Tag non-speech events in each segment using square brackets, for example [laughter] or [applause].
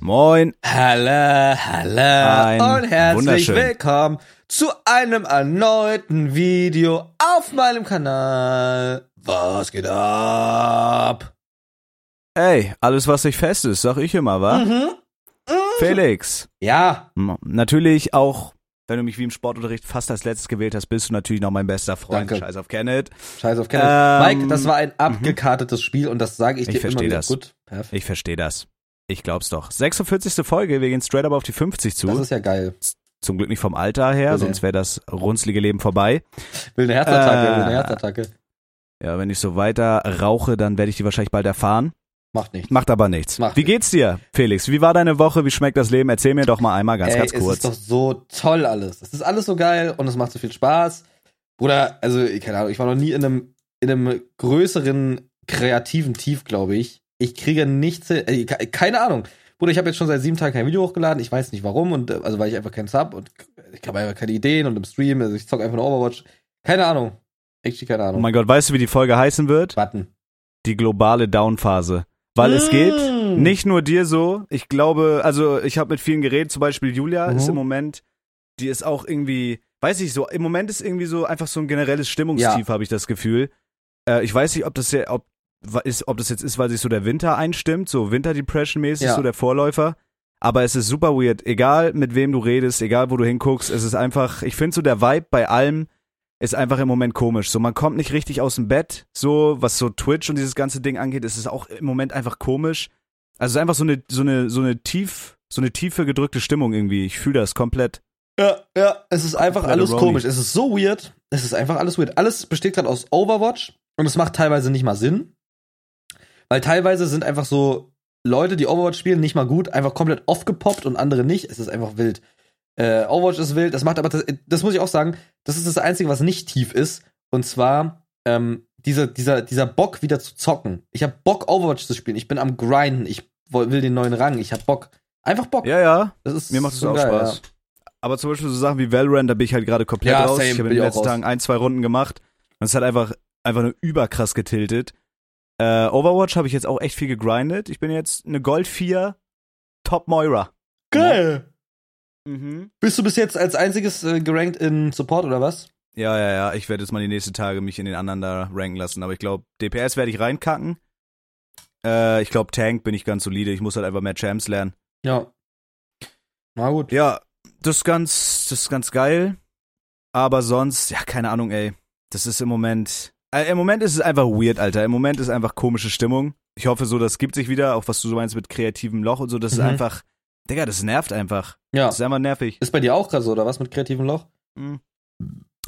Moin. Hallo, hallo Ein und herzlich wunderschön. willkommen zu einem erneuten Video auf meinem Kanal. Was geht ab? Ey, alles was sich fest ist, sag ich immer, wa? Mhm. Felix. Ja, M- Natürlich auch, wenn du mich wie im Sportunterricht fast als letztes gewählt hast, bist du natürlich noch mein bester Freund. Danke. Scheiß auf Kenneth. scheiß auf Kenneth. Ähm, Mike, das war ein abgekartetes Spiel und das sage ich Ich dir immer verstehe wieder. das. Gut, perfekt. Ich verstehe das. Ich glaub's doch. 46. Folge, wir gehen straight up auf die 50 zu. Das ist ja geil. Zum Glück nicht vom Alter her, Nee. sonst wäre das runzlige Leben vorbei. Will eine Herzattacke, Äh. will eine Herzattacke. Ja, wenn ich so weiter rauche, dann werde ich die wahrscheinlich bald erfahren. Macht nichts. Macht aber nichts. Macht wie geht's dir, Felix? Wie war deine Woche? Wie schmeckt das Leben? Erzähl mir doch mal einmal ganz, Ey, ganz Es kurz. ist doch so toll alles. Es ist alles so geil und es macht so viel Spaß. Bruder, also, keine Ahnung, ich war noch nie in einem, in einem größeren kreativen Tief, glaube ich. Ich kriege nichts, hin- äh, ke- keine Ahnung. Bruder, ich habe jetzt schon seit sieben Tagen kein Video hochgeladen. Ich weiß nicht warum und, äh, also, weil ich einfach keinen Sub und ich habe einfach keine Ideen und im Stream, also ich zocke einfach nur Overwatch. Keine Ahnung. Actually, keine Oh Ahnung. mein Gott, weißt du, wie die Folge heißen wird? Button. Die globale Downphase. Weil es geht Mm. nicht nur dir so. Ich glaube, also ich habe mit vielen geredet, zum Beispiel Julia Mhm. ist im Moment, die ist auch irgendwie, weiß ich so, im Moment ist irgendwie so einfach so ein generelles Stimmungstief, habe ich das Gefühl. Äh, ich weiß nicht, ob das ja, ob, wa- ist, ob das jetzt ist, weil sich so der Winter einstimmt, so Winter-Depression-mäßig, Ja. so der Vorläufer. Aber es ist super weird. Egal mit wem du redest, egal wo du hinguckst, es ist einfach, ich finde so der Vibe bei allem ist einfach im Moment komisch. So, man kommt nicht richtig aus dem Bett. So, was so Twitch und dieses ganze Ding angeht, ist es auch im Moment einfach komisch. Also es ist einfach so eine, so eine, so eine tief, so eine tiefe gedrückte Stimmung irgendwie. Ich fühle das komplett. Ja, ja, es ist einfach Komplette alles Brownie. komisch. Es ist so weird. Es ist einfach alles weird. Alles besteht gerade aus Overwatch und es macht teilweise nicht mal Sinn. Weil teilweise sind einfach so Leute, die Overwatch spielen, nicht mal gut, einfach komplett aufgepoppt und andere nicht. Es ist einfach wild. Äh, Overwatch ist wild. Das macht aber, das, das muss ich auch sagen, das ist das Einzige, was nicht tief ist. Und zwar ähm, dieser, dieser, dieser Bock wieder zu zocken. Ich habe Bock, Overwatch zu spielen. Ich bin am Grinden. Ich woll- will den neuen Rang. Ich habe Bock. Einfach Bock. Ja, ja, Das ist mir macht es so auch geil, Spaß. Aber zum Beispiel so Sachen wie Valorant, da bin ich halt gerade komplett Ja, raus. same, ich habe bin in den ich auch letzten raus. Tagen ein, zwei Runden gemacht. Und es hat einfach, einfach nur überkrass getiltet. Äh, Overwatch habe ich jetzt auch echt viel gegrindet. Ich bin jetzt eine Gold 4 Top Moira. Ja. Genau. Geil. Mhm. Bist du bis jetzt als einziges äh, gerankt in Support oder was? Ja, ja, ja. Ich werde jetzt mal die nächsten Tage mich in den anderen da ranken lassen. Aber ich glaube, DPS werde ich reinkacken. Äh, ich glaube, Tank bin ich ganz solide. Ich muss halt einfach mehr Champs lernen. Ja. Na gut. Ja, das ist ganz, das ist ganz geil. Aber sonst, ja, keine Ahnung, ey. Das ist im Moment. Äh, Im Moment ist es einfach weird, Alter. Im Moment ist einfach komische Stimmung. Ich hoffe so, das gibt sich wieder, auch was du so meinst mit kreativem Loch und so. Das Mhm. ist einfach. Digga, das nervt einfach. Ja. Das ist einfach nervig. Ist bei dir auch gerade so, oder was mit kreativem Loch? Mhm.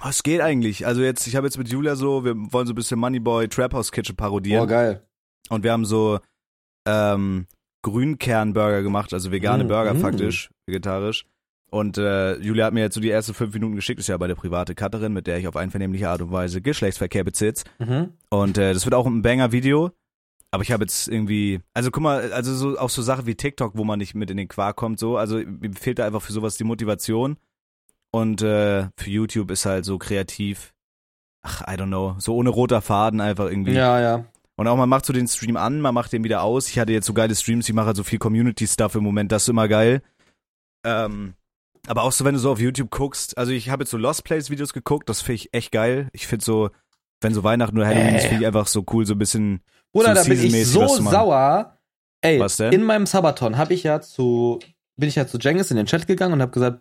Oh, es geht eigentlich. Also jetzt, ich habe jetzt mit Julia so, wir wollen so ein bisschen Moneyboy Trap House Kitchen Oh, parodieren. geil. und wir haben so ähm, Grünkernburger gemacht, also vegane Mm, Burger mm. faktisch, vegetarisch. Und äh, Julia hat mir jetzt so die ersten fünf Minuten geschickt, ist ja bei der private Cutterin, mit der ich auf einvernehmliche Art und Weise Geschlechtsverkehr bezitze. Mhm. Und äh, das wird auch ein Banger-Video. Aber ich habe jetzt irgendwie, also guck mal, also so, auch so Sachen wie TikTok, wo man nicht mit in den Quark kommt, so, also mir fehlt da einfach für sowas die Motivation. Und äh, für YouTube ist halt so kreativ, ach, I don't know, so ohne roter Faden einfach irgendwie. Ja, ja. Und auch man macht so den Stream an, man macht den wieder aus. Ich hatte jetzt so geile Streams, ich mache halt so viel Community-Stuff im Moment, das ist immer geil. Ähm, aber auch so, wenn du so auf YouTube guckst, also ich habe jetzt so Lost Plays-Videos geguckt, das finde ich echt geil. Ich finde so, wenn so Weihnachten oder Halloween ist, Äh. finde ich einfach so cool, so ein bisschen Oder So da bin ich seasonmäßig so was zu machen. sauer. Ey, Was denn? in meinem Sabaton habe ich ja zu, bin ich ja zu Jengis in den Chat gegangen und habe gesagt,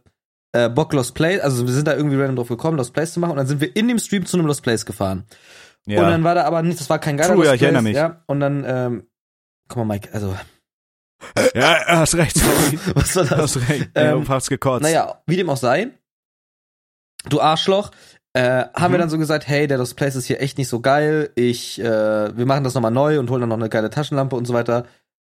äh, Bock Lost Plays, also wir sind da irgendwie random drauf gekommen, Lost Plays zu machen und dann sind wir in dem Stream zu einem Lost Plays gefahren. Und ja. dann war da aber nicht, das war kein geiler True, ja, Lost ich erinnere Plays, mich. Ja, und dann, ähm, guck mal, Mike, also, [laughs] ja, hast recht. sorry. was war das? hast recht. Ähm, Ähm, ja, fast gekotzt. Naja, wie dem auch sei, du Arschloch, äh, haben Mhm. wir dann so gesagt, hey, der Lost Place ist hier echt nicht so geil. Ich, äh, wir machen das nochmal neu und holen dann noch eine geile Taschenlampe und so weiter.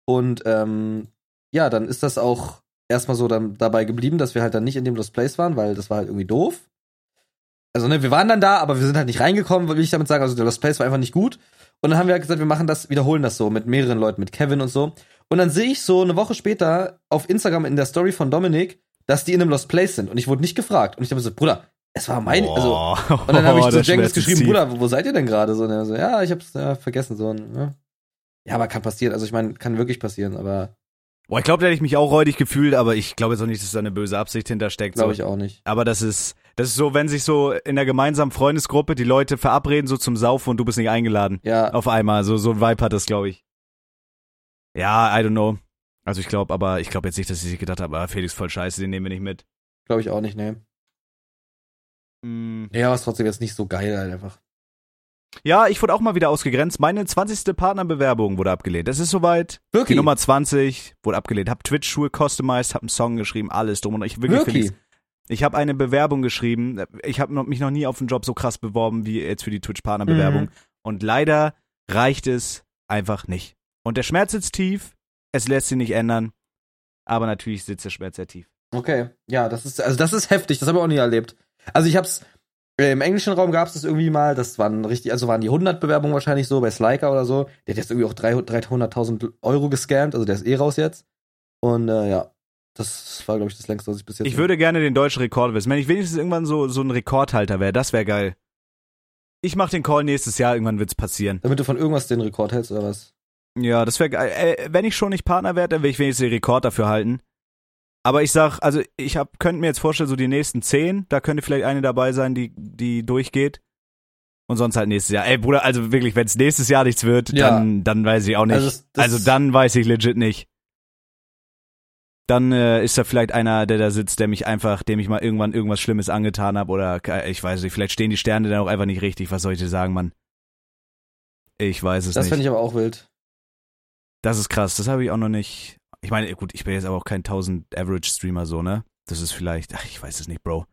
Und ähm, ja, dann ist das auch erstmal so dann dabei geblieben, dass wir halt dann nicht in dem Lost Place waren, weil das war halt irgendwie doof. Also, ne, wir waren dann da, aber wir sind halt nicht reingekommen, will ich damit sagen. Also, der Lost Place war einfach nicht gut. Und dann haben wir halt gesagt, wir machen das, wiederholen das so mit mehreren Leuten, mit Kevin und so. Und dann sehe ich so eine Woche später auf Instagram in der Story von Dominik, dass die in einem Lost Place sind. Und ich wurde nicht gefragt. Und ich dachte so, Bruder, es war mein, also also, und [laughs] dann habe ich zu Jenkins geschrieben, Bruder, wo, wo seid ihr denn gerade? So, und er so, ne? ja, ich hab's äh, vergessen. So, und, ja. ja, aber kann passieren. Also ich meine, kann wirklich passieren, aber Boah, ich glaube, da hätte ich mich auch räudig gefühlt, aber ich glaube jetzt auch nicht, dass da eine böse Absicht hintersteckt. Glaube so. ich auch nicht. Aber das ist, das ist so, wenn sich so in der gemeinsamen Freundesgruppe die Leute verabreden, so zum Saufen und du bist nicht eingeladen. Ja, Auf einmal, so, so ein Vibe hat das, glaube ich. Ja, I don't know. Also ich glaube, aber ich glaube jetzt nicht, dass sie sich gedacht haben, ah, Felix voll scheiße, den nehmen wir nicht mit. glaube ich auch nicht, ne. Mm. Ja, aber ist trotzdem jetzt nicht so geil halt einfach. Ja, ich wurde auch mal wieder ausgegrenzt. Meine 20. Partnerbewerbung wurde abgelehnt. Das ist soweit. Die Wirklich? Nummer 20 wurde abgelehnt. Hab Twitch-Schuhe customized, hab einen Song geschrieben, alles drum und dran. ich wirklich. Wirklich? Felix, Ich habe eine Bewerbung geschrieben. Ich habe mich noch nie auf einen Job so krass beworben wie jetzt für die Twitch-Partner-Bewerbung. Mhm. Und leider reicht es einfach nicht. Und der Schmerz sitzt tief. Es lässt sich nicht ändern. Aber natürlich sitzt der Schmerz sehr tief. Okay, ja, das ist, also das ist heftig, das habe ich auch nie erlebt. Also ich hab's, äh, im englischen Raum gab's das irgendwie mal, das waren richtig, also waren die 100 Bewerbungen wahrscheinlich so, bei Sliker oder so. Der hat jetzt irgendwie auch 300 300.000 Euro gescammt, also der ist eh raus jetzt. Und äh, ja, das war, glaube ich, das längste, was ich bis jetzt. Ich würde gerne den deutschen Rekord wissen. Wenn ich wenigstens irgendwann so, so ein Rekordhalter wäre, das wäre geil. Ich mach den Call nächstes Jahr, irgendwann wird's passieren. Damit du von irgendwas den Rekord hältst oder was? Ja, das wäre geil. Äh, wenn ich schon nicht Partner werde, dann will ich wenigstens den Rekord dafür halten. Aber ich sag, also ich hab, könnte mir jetzt vorstellen, so die nächsten zehn, da könnte vielleicht eine dabei sein, die, die durchgeht. Und sonst halt nächstes Jahr. Ey, Bruder, also wirklich, wenn's nächstes Jahr nichts wird, Ja. dann, dann weiß ich auch nicht. Also Also, das- das- dann weiß ich legit nicht. Dann äh, ist da vielleicht einer, der da sitzt, der mich einfach, dem ich mal irgendwann irgendwas Schlimmes angetan habe oder ke- ich weiß nicht, vielleicht stehen die Sterne dann auch einfach nicht richtig. Was soll ich dir sagen, Mann? Ich weiß es Das nicht. fände ich aber auch wild. Das ist krass, das habe ich auch noch nicht. Ich meine, gut, ich bin jetzt aber auch kein 1000 Average Streamer so, ne? Das ist vielleicht, ach, ich weiß es nicht, Bro.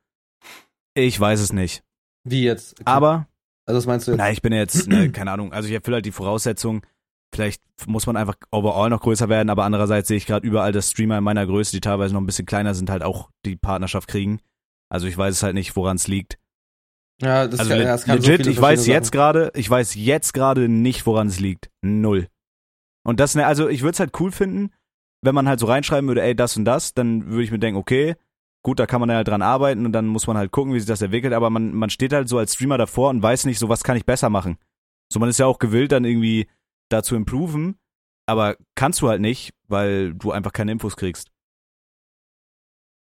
Ich weiß es nicht. Wie jetzt? Okay. Aber, Also das meinst du jetzt? nein, ich bin ja jetzt, ne, keine Ahnung, also ich erfülle halt die Voraussetzung, vielleicht muss man einfach overall noch größer werden, aber andererseits sehe ich gerade überall, dass Streamer in meiner Größe, die teilweise noch ein bisschen kleiner sind, halt auch die Partnerschaft kriegen. Also ich weiß es halt nicht, woran es liegt. Ja, das, Also kann, le ja, das kann so legit, viele ich weiß verschiedene jetzt Sachen. gerade, ich weiß jetzt gerade nicht, woran es liegt. Null. Und das, ne, also ich würde es halt cool finden, wenn man halt so reinschreiben würde, ey, das und das, dann würde ich mir denken, okay, gut, da kann man ja halt dran arbeiten und dann muss man halt gucken, wie sich das entwickelt, aber man, man steht halt so als Streamer davor und weiß nicht, so was kann ich besser machen. So, man ist ja auch gewillt, dann irgendwie da zu improven, aber kannst du halt nicht, weil du einfach keine Infos kriegst.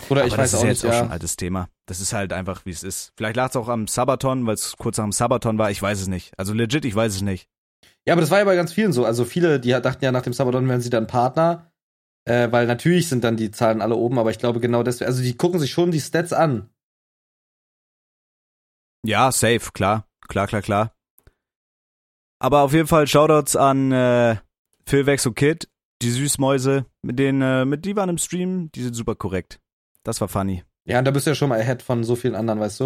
Oder aber ich das weiß ist auch ja nicht, jetzt auch schon ein ja. altes Thema. Das ist halt einfach, wie es ist. Vielleicht lag es auch am Sabaton, weil es kurz nach dem Sabaton war. Ich weiß es nicht. Also legit, ich weiß es nicht. Ja, aber das war ja bei ganz vielen so. Also viele, die dachten ja, nach dem Sabaton werden sie dann Partner. Äh, weil natürlich sind dann die Zahlen alle oben, aber ich glaube genau deswegen, also die gucken sich schon die Stats an. Ja, safe, klar. Klar, klar, klar. Aber auf jeden Fall Shoutouts an äh, Phil Wex und Kid, die Süßmäuse, mit denen, äh, mit die waren im Stream, die sind super korrekt. Das war funny. Ja, und da bist du ja schon mal ahead von so vielen anderen, weißt du?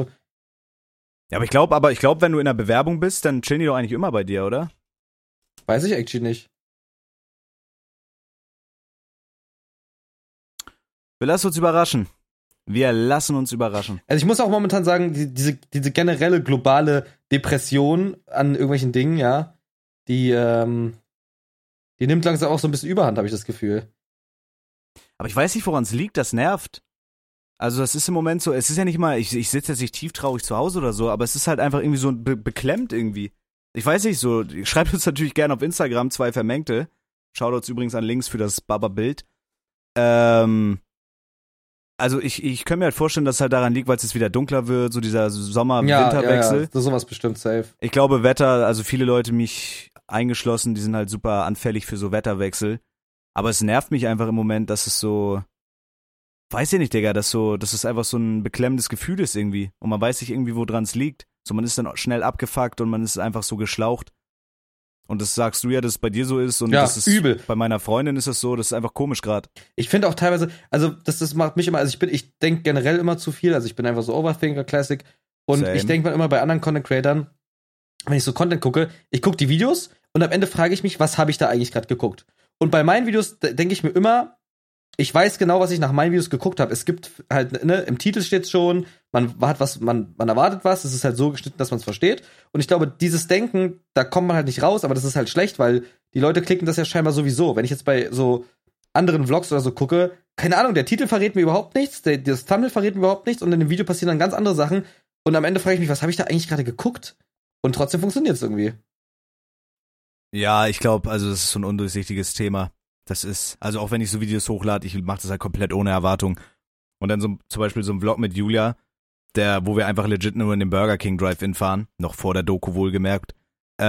Ja, aber ich glaube, aber ich glaube, wenn du in der Bewerbung bist, dann chillen die doch eigentlich immer bei dir, oder? Weiß ich actually nicht. Wir lassen uns überraschen. Wir lassen uns überraschen. Also ich muss auch momentan sagen, die, diese, diese generelle globale Depression an irgendwelchen Dingen, ja, die, ähm, die nimmt langsam auch so ein bisschen Überhand, habe ich das Gefühl. Aber ich weiß nicht, woran es liegt, das nervt. Also das ist im Moment so, es ist ja nicht mal, ich, ich sitze jetzt nicht tieftraurig zu Hause oder so, aber es ist halt einfach irgendwie so be beklemmt irgendwie. Ich weiß nicht so, schreibt uns natürlich gerne auf Instagram, zwei Vermengte. Shoutouts übrigens an Links für das Baba-Bild. Ähm, also ich, ich kann mir halt vorstellen, dass es halt daran liegt, weil es jetzt wieder dunkler wird, so dieser Sommer-Winterwechsel. Ja, das ist sowas bestimmt safe. Ich glaube, Wetter, also viele Leute mich eingeschlossen, die sind halt super anfällig für so Wetterwechsel. Aber es nervt mich einfach im Moment, dass es so, weiß ich nicht, Digga, dass so, dass es einfach so ein beklemmendes Gefühl ist irgendwie. Und man weiß nicht irgendwie, woran es liegt. So, man ist dann auch schnell abgefuckt und man ist einfach so geschlaucht. Und das sagst du ja, dass es bei dir so ist und Ja, das ist übel. bei meiner Freundin ist es so, das ist einfach komisch gerade. Ich finde auch teilweise, also das, das macht mich immer, also ich bin, ich denke generell immer zu viel, also ich bin einfach so Overthinker Classic und Same. ich denke mal immer bei anderen Content Creatern, wenn ich so Content gucke, ich gucke die Videos und am Ende frage ich mich, was habe ich da eigentlich gerade geguckt? Und bei meinen Videos denke ich mir immer, ich weiß genau, was ich nach meinen Videos geguckt habe. Es gibt halt, ne, im Titel steht schon, man hat was, man, man erwartet was, es ist halt so geschnitten, dass man es versteht. Und ich glaube, dieses Denken, da kommt man halt nicht raus, aber das ist halt schlecht, weil die Leute klicken das ja scheinbar sowieso. Wenn ich jetzt bei so anderen Vlogs oder so gucke, keine Ahnung, der Titel verrät mir überhaupt nichts, der, das Thumbnail verrät mir überhaupt nichts und in dem Video passieren dann ganz andere Sachen. Und am Ende frage ich mich, was habe ich da eigentlich gerade geguckt? Und trotzdem funktioniert es irgendwie. Ja, ich glaube, also das ist so ein undurchsichtiges Thema. Das ist, also auch wenn ich so Videos hochlade, ich mache das halt komplett ohne Erwartung. Und dann so, zum Beispiel so ein Vlog mit Julia, der, wo wir einfach legit nur in den Burger King Drive-In fahren, noch vor der Doku wohlgemerkt. Äh,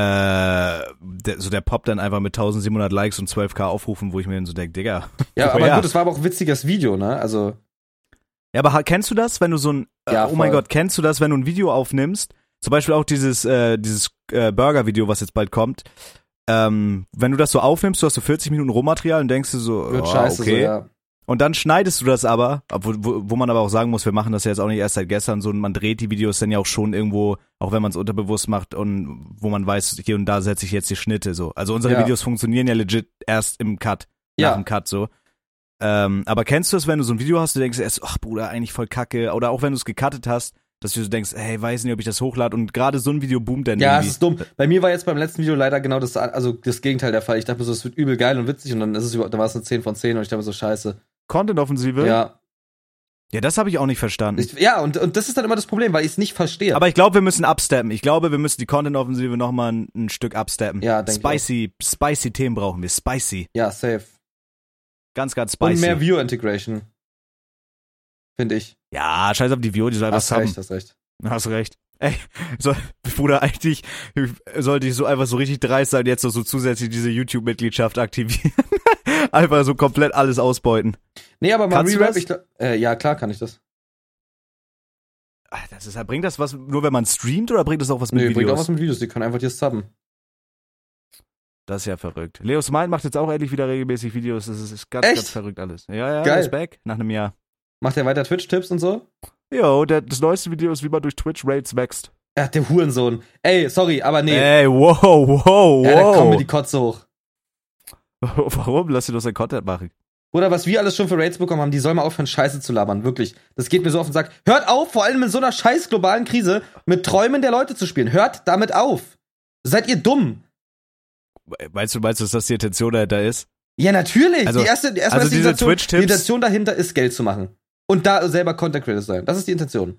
der, so der Pop dann einfach mit 1700 Likes und 12k Aufrufen, wo ich mir dann so denke, Digga. [laughs] Ja, Oh aber ja. gut, es war aber auch ein witziges Video, ne? Also, Ja, aber ha- kennst du das, wenn du so ein, äh, Ja, oh mein voll. Gott, kennst du das, wenn du ein Video aufnimmst? Zum Beispiel auch dieses, äh, dieses äh, Burger-Video, was jetzt bald kommt. Ähm, wenn du das so aufnimmst, du hast so 40 Minuten Rohmaterial und denkst du so, wird oh, scheiße okay. so, ja. Und dann schneidest du das aber, obwohl, wo, wo man aber auch sagen muss, wir machen das ja jetzt auch nicht erst seit gestern, so und man dreht die Videos dann ja auch schon irgendwo, auch wenn man es unterbewusst macht und wo man weiß, hier und da setze ich jetzt die Schnitte so. Also unsere Ja. Videos funktionieren ja legit erst im Cut, nach Ja. dem Cut so. Ähm, aber kennst du es, wenn du so ein Video hast, du denkst erst, ach Bruder, eigentlich voll kacke, oder auch wenn du es gecuttet hast, dass du so denkst, hey, weiß nicht, ob ich das hochlade und gerade so ein Video boomt dann Ja, es irgendwie. ist dumm. Bei mir war jetzt beim letzten Video leider genau das, also das Gegenteil der Fall. Ich dachte mir so, es wird übel geil und witzig und dann ist es über, dann war es eine 10 von 10 und ich dachte mir so, scheiße. Content-Offensive? Ja. Ja, das habe ich auch nicht verstanden. Ich, ja, und, und das ist dann immer das Problem, weil ich es nicht verstehe. Hm. Aber ich glaube, wir müssen upsteppen. Ich glaube, wir müssen die Content-Offensive nochmal ein, ein Stück upsteppen. Ja, denk ich auch. Spicy, spicy Themen brauchen wir. Spicy. ja, safe. Ganz, ganz spicy. Und mehr Viewer Integration. Finde ich. ja, scheiß auf die Vio, die soll was Hast haben. recht, hast recht. Hast recht. Ey, so, [laughs] Bruder, eigentlich sollte ich so einfach so richtig dreist sein, jetzt noch so zusätzlich diese YouTube-Mitgliedschaft aktivieren. [laughs] einfach so komplett alles ausbeuten. Nee, aber mal Kannst du Re-Rap, das? ich glaub, äh, ja, klar kann ich das. Ah, Das ist halt, bringt das was, nur wenn man streamt oder bringt das auch was mit Nee, bringt auch Videos? was mit Videos, die können einfach dir subben. Das ist ja verrückt. Leos Mind macht jetzt auch endlich wieder regelmäßig Videos. Das ist, ist ganz, Echt? ganz verrückt alles. Ja, ja, Geil. er ist back nach einem Jahr. Macht er weiter Twitch-Tipps und so? Jo, der, das neueste Video ist, wie man durch Twitch Raids wächst. Ja, der Hurensohn. Ey, sorry, aber nee. Ey, wow, wow, Äh, wow. Ja, da [laughs] kommen mir die Kotze hoch. Warum lass dir das ein Content machen? Oder was wir alles schon für Raids bekommen haben, die sollen mal aufhören, Scheiße zu labern. Wirklich. Das geht mir so auf den Sack. Hört auf, vor allem in so einer scheiß globalen Krise, mit Träumen der Leute zu spielen. Hört damit auf. Seid ihr dumm? Meinst du, meinst du, dass das die Intention dahinter ist? Ja, natürlich. Also- die erste, die erste also die diese Intention, die Twitch-Tipps- Intention dahinter ist, Geld zu machen. Und da selber Content Creator sein. Das ist die Intention.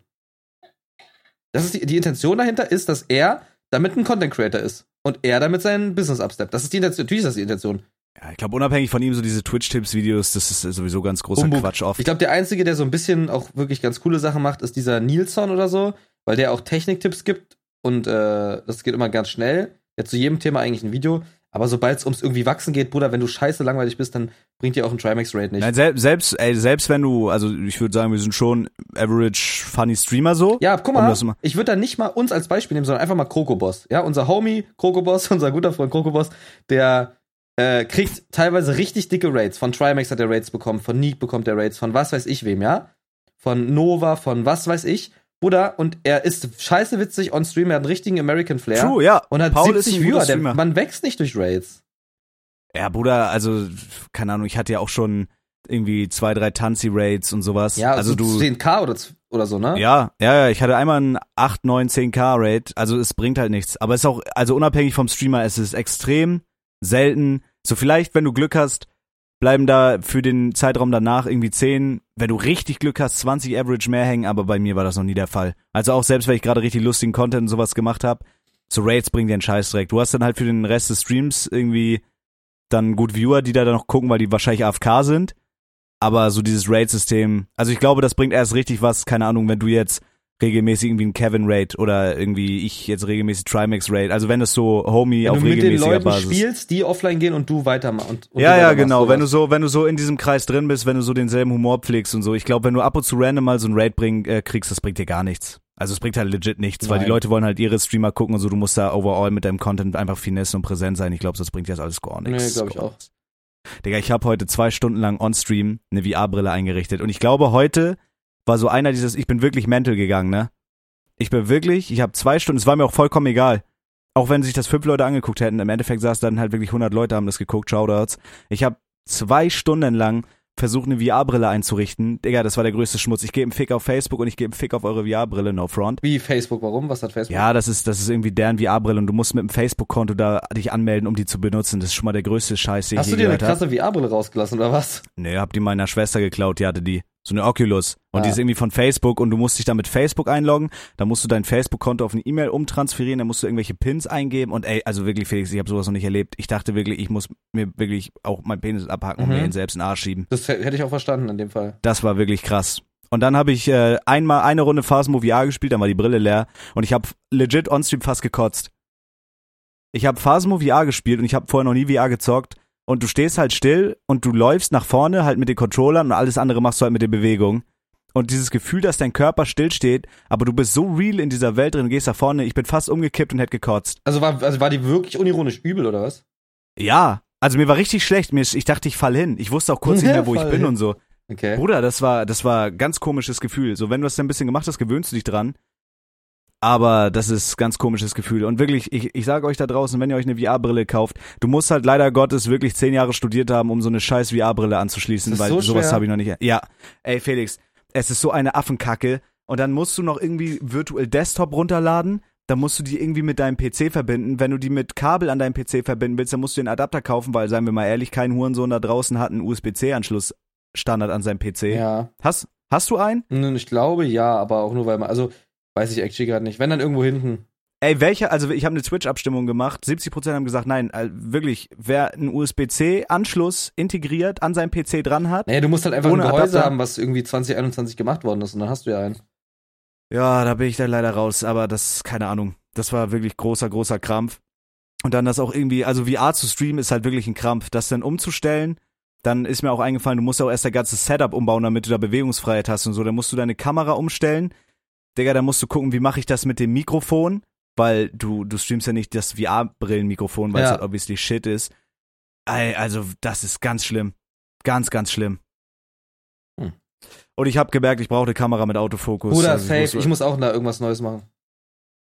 Das ist die, die Intention dahinter ist, dass er damit ein Content Creator ist. Und er damit sein Business absteppt. Das ist die Intention. Natürlich ist das die Intention. Ja, ich glaube, unabhängig von ihm, so diese Twitch-Tipps-Videos, das ist sowieso ganz großer Humbug. Quatsch Ich oft. glaube, der Einzige, der so ein bisschen auch wirklich ganz coole Sachen macht, ist dieser Nilsson oder so, weil der auch Techniktipps gibt und äh, das geht immer ganz schnell. Der hat zu jedem Thema eigentlich ein Video. Aber sobald es ums irgendwie Wachsen geht, Bruder, wenn du scheiße langweilig bist, dann bringt dir auch ein Trimax-Raid nicht. Nein, sel selbst, ey, selbst wenn du, also ich würde sagen, wir sind schon average funny Streamer so. Ja, guck Um mal, das mal- ich würde da nicht mal uns als Beispiel nehmen, sondern einfach mal Krokoboss. Ja, unser Homie Krokoboss, [laughs] unser guter Freund Krokoboss, der äh, kriegt teilweise richtig dicke Raids. Von Trimax hat er Raids bekommen, von Neek bekommt er Raids, von was weiß ich wem, ja? Von Nova, von was weiß ich. Bruder, und er ist scheiße witzig on stream, er hat einen richtigen American Flair. True, ja. Und hat Paul 70 ist ein guter Viewer, der, Streamer. man wächst nicht durch Raids. Ja, Bruder, also, keine Ahnung, ich hatte ja auch schon irgendwie zwei, drei Tanzi-Raids und sowas. Ja, also so du. 10k oder, z- oder so, ne? Ja, ja, ja, ich hatte einmal einen 8, 9, 10k Rate, also es bringt halt nichts. Aber es ist auch, also unabhängig vom Streamer, es ist extrem selten. So vielleicht, wenn du Glück hast, bleiben da für den Zeitraum danach irgendwie 10, wenn du richtig Glück hast, 20 Average mehr hängen, aber bei mir war das noch nie der Fall. Also auch selbst, wenn ich gerade richtig lustigen Content und sowas gemacht habe, so Rates bringen dir einen Scheiß direkt. Du hast dann halt für den Rest des Streams irgendwie dann gut Viewer, die da dann noch gucken, weil die wahrscheinlich AFK sind. Aber so dieses Raid-System, also ich glaube, das bringt erst richtig was, keine Ahnung, wenn du jetzt regelmäßig irgendwie einen Kevin Raid oder irgendwie ich jetzt regelmäßig Trimax Raid, also wenn das so Homie Wenn auf du mit den regelmäßiger Leuten Basis. spielst, die offline gehen und du weitermachst. Und, und Ja, du ja, weitermachst, genau. sowas. Wenn du so, wenn du so in diesem Kreis drin bist, wenn du so denselben Humor pflegst und so, ich glaube, wenn du ab und zu random mal so ein Raid bring, äh, kriegst, das bringt dir gar nichts. Also es bringt halt legit nichts, weil die Nein. Leute wollen halt ihre Streamer gucken und so, du musst da overall mit deinem Content einfach finesse und präsent sein. Ich glaube, das bringt dir das alles gar nichts. Nee, glaub ich auch. Digga, ich habe heute zwei Stunden lang on-stream eine VR-Brille eingerichtet und ich glaube, heute war so einer dieses, ich bin wirklich mental gegangen, ne? Ich bin wirklich, ich habe zwei Stunden, es war mir auch vollkommen egal. Auch wenn sich das fünf Leute angeguckt hätten, im Endeffekt saß dann halt wirklich 100 Leute, haben das geguckt, Shoutouts. Ich habe zwei Stunden lang versucht, eine VR-Brille einzurichten. Digga, das war der größte Schmutz. Ich gebe einen Fick auf Facebook und ich gebe einen Fick auf eure VR-Brille, no front. Wie Facebook, warum? Was hat Facebook? Ja, das ist, das ist irgendwie deren VR-Brille und du musst mit dem Facebook-Konto da dich anmelden, um die zu benutzen. Das ist schon mal der größte Scheiß, den ich Hast je du dir eine gehört habe. krasse VR-Brille rausgelassen oder was? Nee, hab die meiner Schwester geklaut, die hatte die. So eine Oculus. Und die Ah. ist irgendwie von Facebook und du musst dich dann mit Facebook einloggen. Dann musst du dein Facebook-Konto auf eine E-Mail umtransferieren. Dann musst du irgendwelche Pins eingeben. Und ey, also wirklich, Felix, ich habe sowas noch nicht erlebt. Ich dachte wirklich, ich muss mir wirklich auch meinen Penis abhacken und Mhm. mir ihn selbst in den Arsch schieben. Das h- hätte ich auch verstanden in dem Fall. Das war wirklich krass. Und dann habe ich äh, einmal eine Runde Fast Move VR gespielt, dann war die Brille leer und ich habe legit onstream fast gekotzt. Ich habe Fast Move VR gespielt und ich habe vorher noch nie VR gezockt und du stehst halt still und du läufst nach vorne halt mit den Controllern und alles andere machst du halt mit den Bewegungen. Und dieses Gefühl, dass dein Körper stillsteht, aber du bist so real in dieser Welt drin, gehst nach vorne, ich bin fast umgekippt und hätte gekotzt. Also war, also war die wirklich unironisch übel oder was? Ja, also mir war richtig schlecht, mir, ist- ich dachte, ich fall hin. Ich wusste auch kurz nicht mehr, wo ich Fall bin hin. und so. Okay. Bruder, das war, das war ein ganz komisches Gefühl. So, wenn du das ein bisschen gemacht hast, gewöhnst du dich dran. Aber das ist ganz komisches Gefühl. Und wirklich, ich, ich sage euch da draußen, wenn ihr euch eine VR-Brille kauft, du musst halt leider Gottes wirklich zehn Jahre studiert haben, um so eine scheiß VR-Brille anzuschließen, Ist das weil so sowas schwer? habe ich noch nicht. Ja, ey Felix, es ist so eine Affenkacke. Und dann musst du noch irgendwie virtuell Desktop runterladen. Dann musst du die irgendwie mit deinem PC verbinden. Wenn du die mit Kabel an deinem PC verbinden willst, dann musst du den Adapter kaufen, weil, seien wir mal ehrlich, kein Hurensohn da draußen hat einen USB-C-Anschluss Standard an seinem PC. Ja. Hast, hast du einen? Nun, Ich glaube ja, aber auch nur weil man, also weiß ich actually gerade nicht. Wenn dann irgendwo hinten. Ey, welcher, also ich habe eine Twitch-Abstimmung gemacht, 70% haben gesagt, nein, äh, wirklich, wer einen USB-C-Anschluss integriert an seinem PC dran hat, Naja, du musst halt einfach Ohne ein Gehäuse Adapter. haben, was irgendwie 2021 gemacht worden ist und dann hast du ja einen. ja, da bin ich dann leider raus, aber das, keine Ahnung, das war wirklich großer, großer Krampf. Und dann das auch irgendwie, also VR zu streamen ist halt wirklich ein Krampf, das dann umzustellen, dann ist mir auch eingefallen, du musst ja auch erst dein ganzes Setup umbauen, damit du da Bewegungsfreiheit hast und so, dann musst du deine Kamera umstellen, Digga, dann musst du gucken, wie mache ich das mit dem Mikrofon, weil du, du streamst ja nicht das VR-Brillenmikrofon, weil es Ja. halt obviously shit ist. Ey, Also, das ist ganz schlimm. Ganz, ganz schlimm. Hm. Und ich habe gemerkt, ich brauche eine Kamera mit Autofokus. Oder Also, safe, ich muss, ich muss auch da irgendwas Neues machen.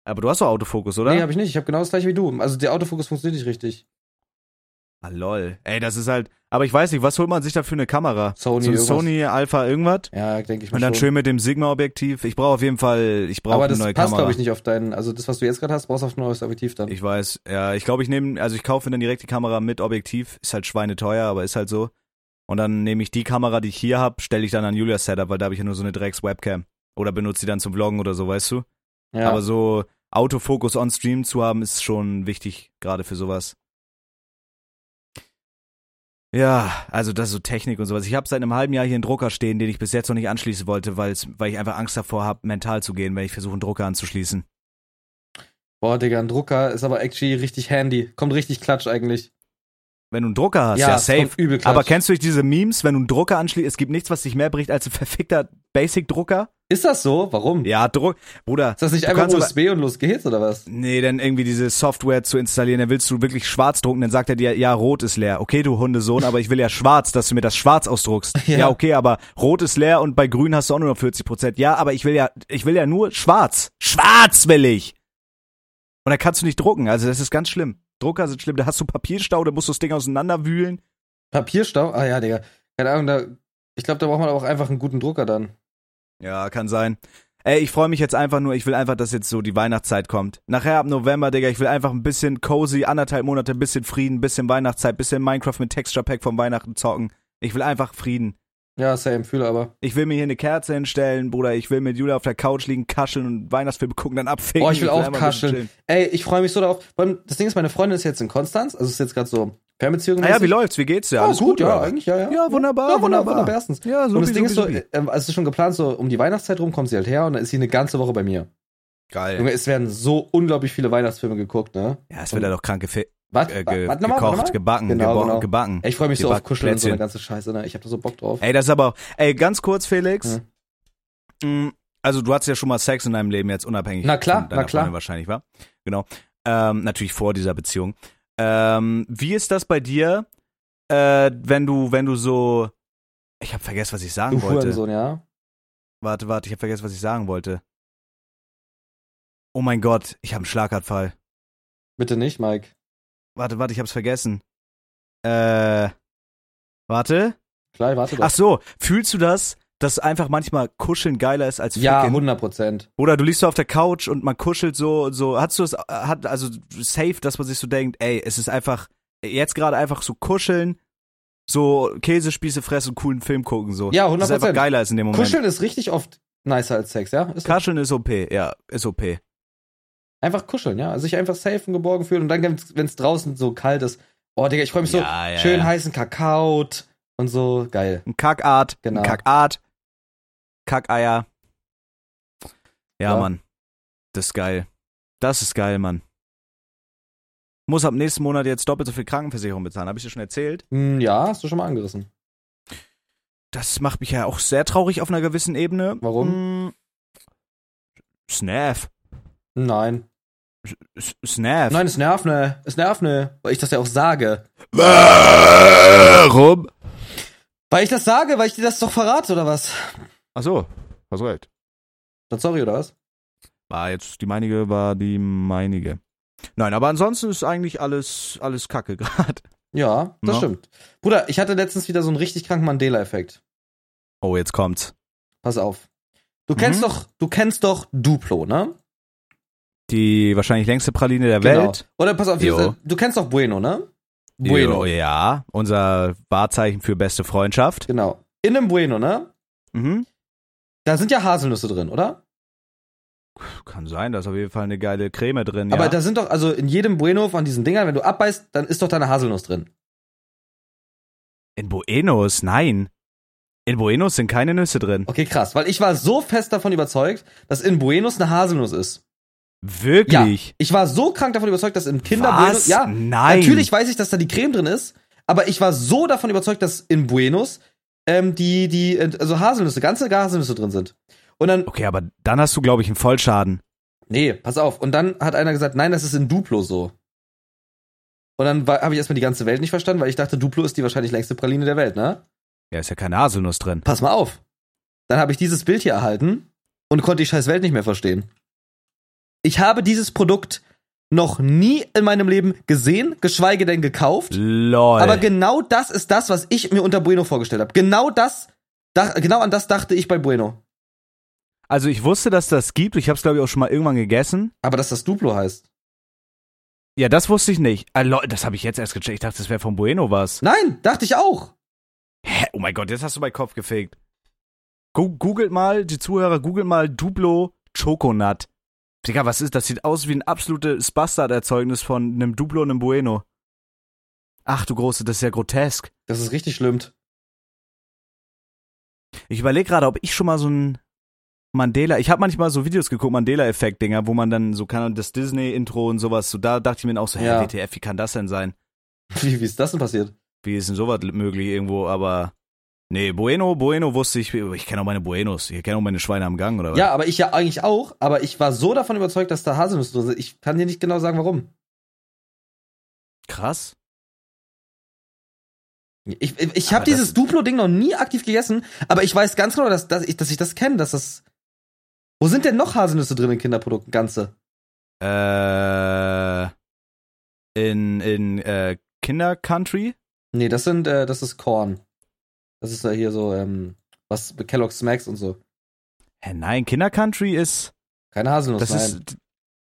aber du hast doch Autofokus, oder? Nee, hab ich nicht. Ich habe genau das gleiche wie du. Also der Autofokus funktioniert nicht richtig. ah, lol. Ey, das ist halt. Aber ich weiß nicht, was holt man sich da für eine Kamera? Sony. so eine irgendwas. Sony Alpha irgendwas? Ja, denke ich mal. Und dann schon. schön mit dem Sigma-Objektiv. Ich brauche auf jeden Fall, ich brauche Aber eine das neue passt, Kamera. glaube ich, nicht auf deinen. Also das, was du jetzt gerade hast, brauchst du auf ein neues Objektiv dann. Ich weiß, ja, ich glaube, ich nehme, also ich kaufe dann direkt die Kamera mit Objektiv, ist halt schweineteuer, aber ist halt so. Und dann nehme ich die Kamera, die ich hier habe, stelle ich dann an Julias Setup, weil da habe ich ja nur so eine Drecks-Webcam. Oder benutze die dann zum Vloggen oder so, weißt du? ja. Aber so Autofokus on Stream zu haben, ist schon wichtig, gerade für sowas. Ja, also das ist so Technik und sowas. Ich habe seit einem halben Jahr hier einen Drucker stehen, den ich bis jetzt noch nicht anschließen wollte, weil's, weil ich einfach Angst davor habe, mental zu gehen, wenn ich versuche, einen Drucker anzuschließen. Boah, Digga, ein Drucker ist aber actually richtig handy. Kommt richtig klatsch eigentlich. Wenn du einen Drucker hast, ja es safe. kommt Übel klatsch. Aber kennst du nicht diese Memes, wenn du einen Drucker anschließt, es gibt nichts, was dich mehr bricht als ein verfickter Basic-Drucker? ist das so? Warum? Ja, Druck. Bruder, Ist das nicht Du einfach kannst aber- USB und los geht's oder was? nee, dann irgendwie diese Software zu installieren, dann willst du wirklich schwarz drucken, dann sagt er dir, ja, rot ist leer. Okay, du Hundesohn, aber ich will ja schwarz, dass du mir das schwarz ausdruckst. Ja, Ja. okay, aber rot ist leer und bei grün hast du auch nur noch 40 Prozent. Ja, aber ich will ja, ich will ja nur schwarz. Schwarz will ich! Und dann kannst du nicht drucken, also das ist ganz schlimm. Drucker sind schlimm, da hast du Papierstau, da musst du das Ding auseinanderwühlen. Papierstau? Ah ja, Digga. Keine Ahnung, da. Ich glaube, da braucht man aber auch einfach einen guten Drucker dann. Ja, kann sein. Ey, ich freue mich jetzt einfach nur, ich will einfach, dass jetzt so die Weihnachtszeit kommt. Nachher ab November, Digga, ich will einfach ein bisschen cozy, anderthalb Monate, ein bisschen Frieden, ein bisschen Weihnachtszeit, ein bisschen Minecraft mit Texture Pack vom Weihnachten zocken. Ich will einfach Frieden. Ja, same, fühle aber. Ich will mir hier eine Kerze hinstellen, Bruder. Ich will mit Julia auf der Couch liegen, kascheln und Weihnachtsfilme gucken, dann abficken. Oh, ich will auch einfach ein bisschen kascheln. Ey, ich freue mich so darauf. Vor allem, Das Ding ist, meine Freundin ist jetzt in Konstanz, also ist jetzt gerade so Fernbeziehung. chillen. Ah ja, wie läuft's? Wie geht's dir? Ja, Alles Oh, gut, ja, oder? eigentlich, ja, ja. Ja, wunderbar, wunderbar. wunderbarstens. Ja, so und das Ding ist so, ähm, es ist schon geplant, so um die Weihnachtszeit rum kommt sie halt her und dann ist sie eine ganze Woche bei mir. Geil. Junge, es werden so unglaublich viele Weihnachtsfilme geguckt, ne? Ja, es wird ja doch krank gefi Warte, äh, warte ge gekocht, warte nochmal, warte nochmal. gebacken, Genau, gebo- genau. gebacken. Ey, Ich freue mich so Gebackt- auf Kuscheln und so eine Plätzchen. ganze Scheiße, ne? Ich habe da so Bock drauf. Ey, das ist aber auch. Ey, ganz kurz, Felix. Mm, Also, du hattest ja schon mal Sex in deinem Leben jetzt unabhängig. Na klar, von deiner na klar. Freundin wahrscheinlich, war. Genau. Ähm, natürlich vor dieser Beziehung. Ähm, wie ist das bei dir, äh, wenn du, wenn du so. Ich habe vergessen, was ich sagen Du wollte. Hurensohn, ja. Warte, warte, ich habe vergessen, was ich sagen wollte. Oh mein Gott, ich habe einen Schlaganfall. Bitte nicht, Mike. Warte, warte, ich hab's vergessen. Äh. Warte. Klar, warte doch. Ach so, fühlst du das, dass einfach manchmal Kuscheln geiler ist als ja, Ficken? 100 Prozent. Oder du liegst so auf der Couch und man kuschelt so und so. Hast du es, äh, hat, also safe, dass man sich so denkt, ey, es ist einfach, jetzt gerade einfach so kuscheln, so Käsespieße fressen und coolen Film gucken. So. Ja, Das ist einfach 100%. geiler als in dem Moment. Kuscheln ist richtig oft nicer als Sex, ja? Ist so. Kascheln ist OP, ja, ist OP. Einfach kuscheln, ja? Also sich einfach safe und geborgen fühlen und dann, wenn es draußen so kalt ist, oh, Digga, ich freue mich so, ja, ja, schön ja. heißen Kakao und so, geil. Ein Kackart, Genau. ein Kackart, Kackeier. Ja, Ja. Mann. Das ist geil. Das ist geil, Mann. Muss ab nächsten Monat jetzt doppelt so viel Krankenversicherung bezahlen. Habe ich dir schon erzählt? Hm, ja, hast du schon mal angerissen. Das macht mich ja auch sehr traurig auf einer gewissen Ebene. Hm. Warum? Snap. Nein. S- Snap. Nein, es nervt, ne? Es nervt, ne? Weil ich das ja auch sage. Warum? Weil ich das sage, weil ich dir das doch verrate, oder was? Ach so, hast recht. Dann sorry, oder was? War jetzt die meinige, war die meinige. Nein, aber ansonsten ist eigentlich alles, alles kacke [laughs] gerade. Ja, das Ja. stimmt. Bruder, ich hatte letztens wieder so einen richtig kranken Mandela-Effekt. Oh, jetzt kommt's. Pass auf. Du kennst Mhm. doch, du kennst doch Duplo, ne? Genau. Die wahrscheinlich längste Praline der Welt. Oder pass auf, Jo. du kennst doch Bueno, ne? Jo, Ja, unser Wahrzeichen für beste Freundschaft. Genau. In einem Bueno, ne? Mhm. Da sind ja Haselnüsse drin, oder? Kann sein, da ist auf jeden Fall eine geile Creme drin. Aber ja. da sind doch, also in jedem Bueno von diesen Dingern, wenn du abbeißt, dann ist doch da eine Haselnuss drin. In Buenos, nein. In Buenos sind keine Nüsse drin. Okay, krass. Weil ich war so fest davon überzeugt, dass in Buenos eine Haselnuss ist. Wirklich? Ich war so krank davon überzeugt, dass in Kinder Was? Buenos. Ja, Nein. natürlich weiß ich, dass da die Creme drin ist, aber ich war so davon überzeugt, dass in Buenos ähm, die, die, äh, also Haselnüsse, ganze Haselnüsse drin sind. Und dann, Okay, aber dann hast du, glaube ich, einen Vollschaden. nee, pass auf. Und dann hat einer gesagt, nein, das ist in Duplo so. Und dann habe ich erstmal die ganze Welt nicht verstanden, weil ich dachte, Duplo ist die wahrscheinlich längste Praline der Welt, ne? Ja, ist ja keine Haselnuss drin. pass mal auf. Dann habe ich dieses Bild hier erhalten und konnte die scheiß Welt nicht mehr verstehen. Ich habe dieses Produkt noch nie in meinem Leben gesehen, geschweige denn gekauft. Lol. Aber genau das ist das, was ich mir unter Bueno vorgestellt habe. Genau das, da, genau an das dachte ich bei Bueno. also ich wusste, dass das gibt. Ich habe es, glaube ich, auch schon mal irgendwann gegessen. Aber dass das Duplo heißt. Ja, das wusste ich nicht. Ah, lol, das habe ich jetzt erst gecheckt. Ich dachte, das wäre von Bueno was. Nein, dachte ich auch. Hä? Oh mein Gott, jetzt hast du meinen Kopf gefegt. Gu- Googelt mal, die Zuhörer, googelt mal Duplo Choconut. Digga, was ist das? Sieht aus wie ein absolutes Bastarderzeugnis von einem Duplo und einem Bueno. Ach du Große, das ist ja grotesk. Das ist richtig schlimm. [laughs] Ich überlege gerade, ob ich schon mal so ein Mandela, ich habe manchmal so Videos geguckt, Mandela-Effekt-Dinger, wo man dann so kann, das Disney-Intro und sowas, so da dachte ich mir dann auch so, Ja. hä, WTF, wie kann das denn sein? Wie, wie ist das denn passiert? Wie ist denn sowas möglich irgendwo, aber nee, Bueno, Bueno wusste ich, ich kenne auch meine Buenos, ich kenne auch meine Schweine am Gang oder was? Ja, aber ich ja eigentlich auch. Aber ich war so davon überzeugt, dass da Haselnüsse drin sind. Ich kann dir nicht genau sagen, warum. Krass. Ich, ich- ich Aber habe das- dieses Duplo-Ding noch nie aktiv gegessen, aber ich weiß ganz genau, dass, dass, ich, dass ich das kenne, dass das. Wo sind denn noch Haselnüsse drin in Kinderprodukten? Ganze. Äh, in in äh, Kinder-Country? Nee, das sind, äh, das ist Korn. Das ist ja hier so, ähm, was mit Kellogg's Smacks und so. Hä, nein, Kinder-Country ist, Keine Haselnuss, das nein. ist,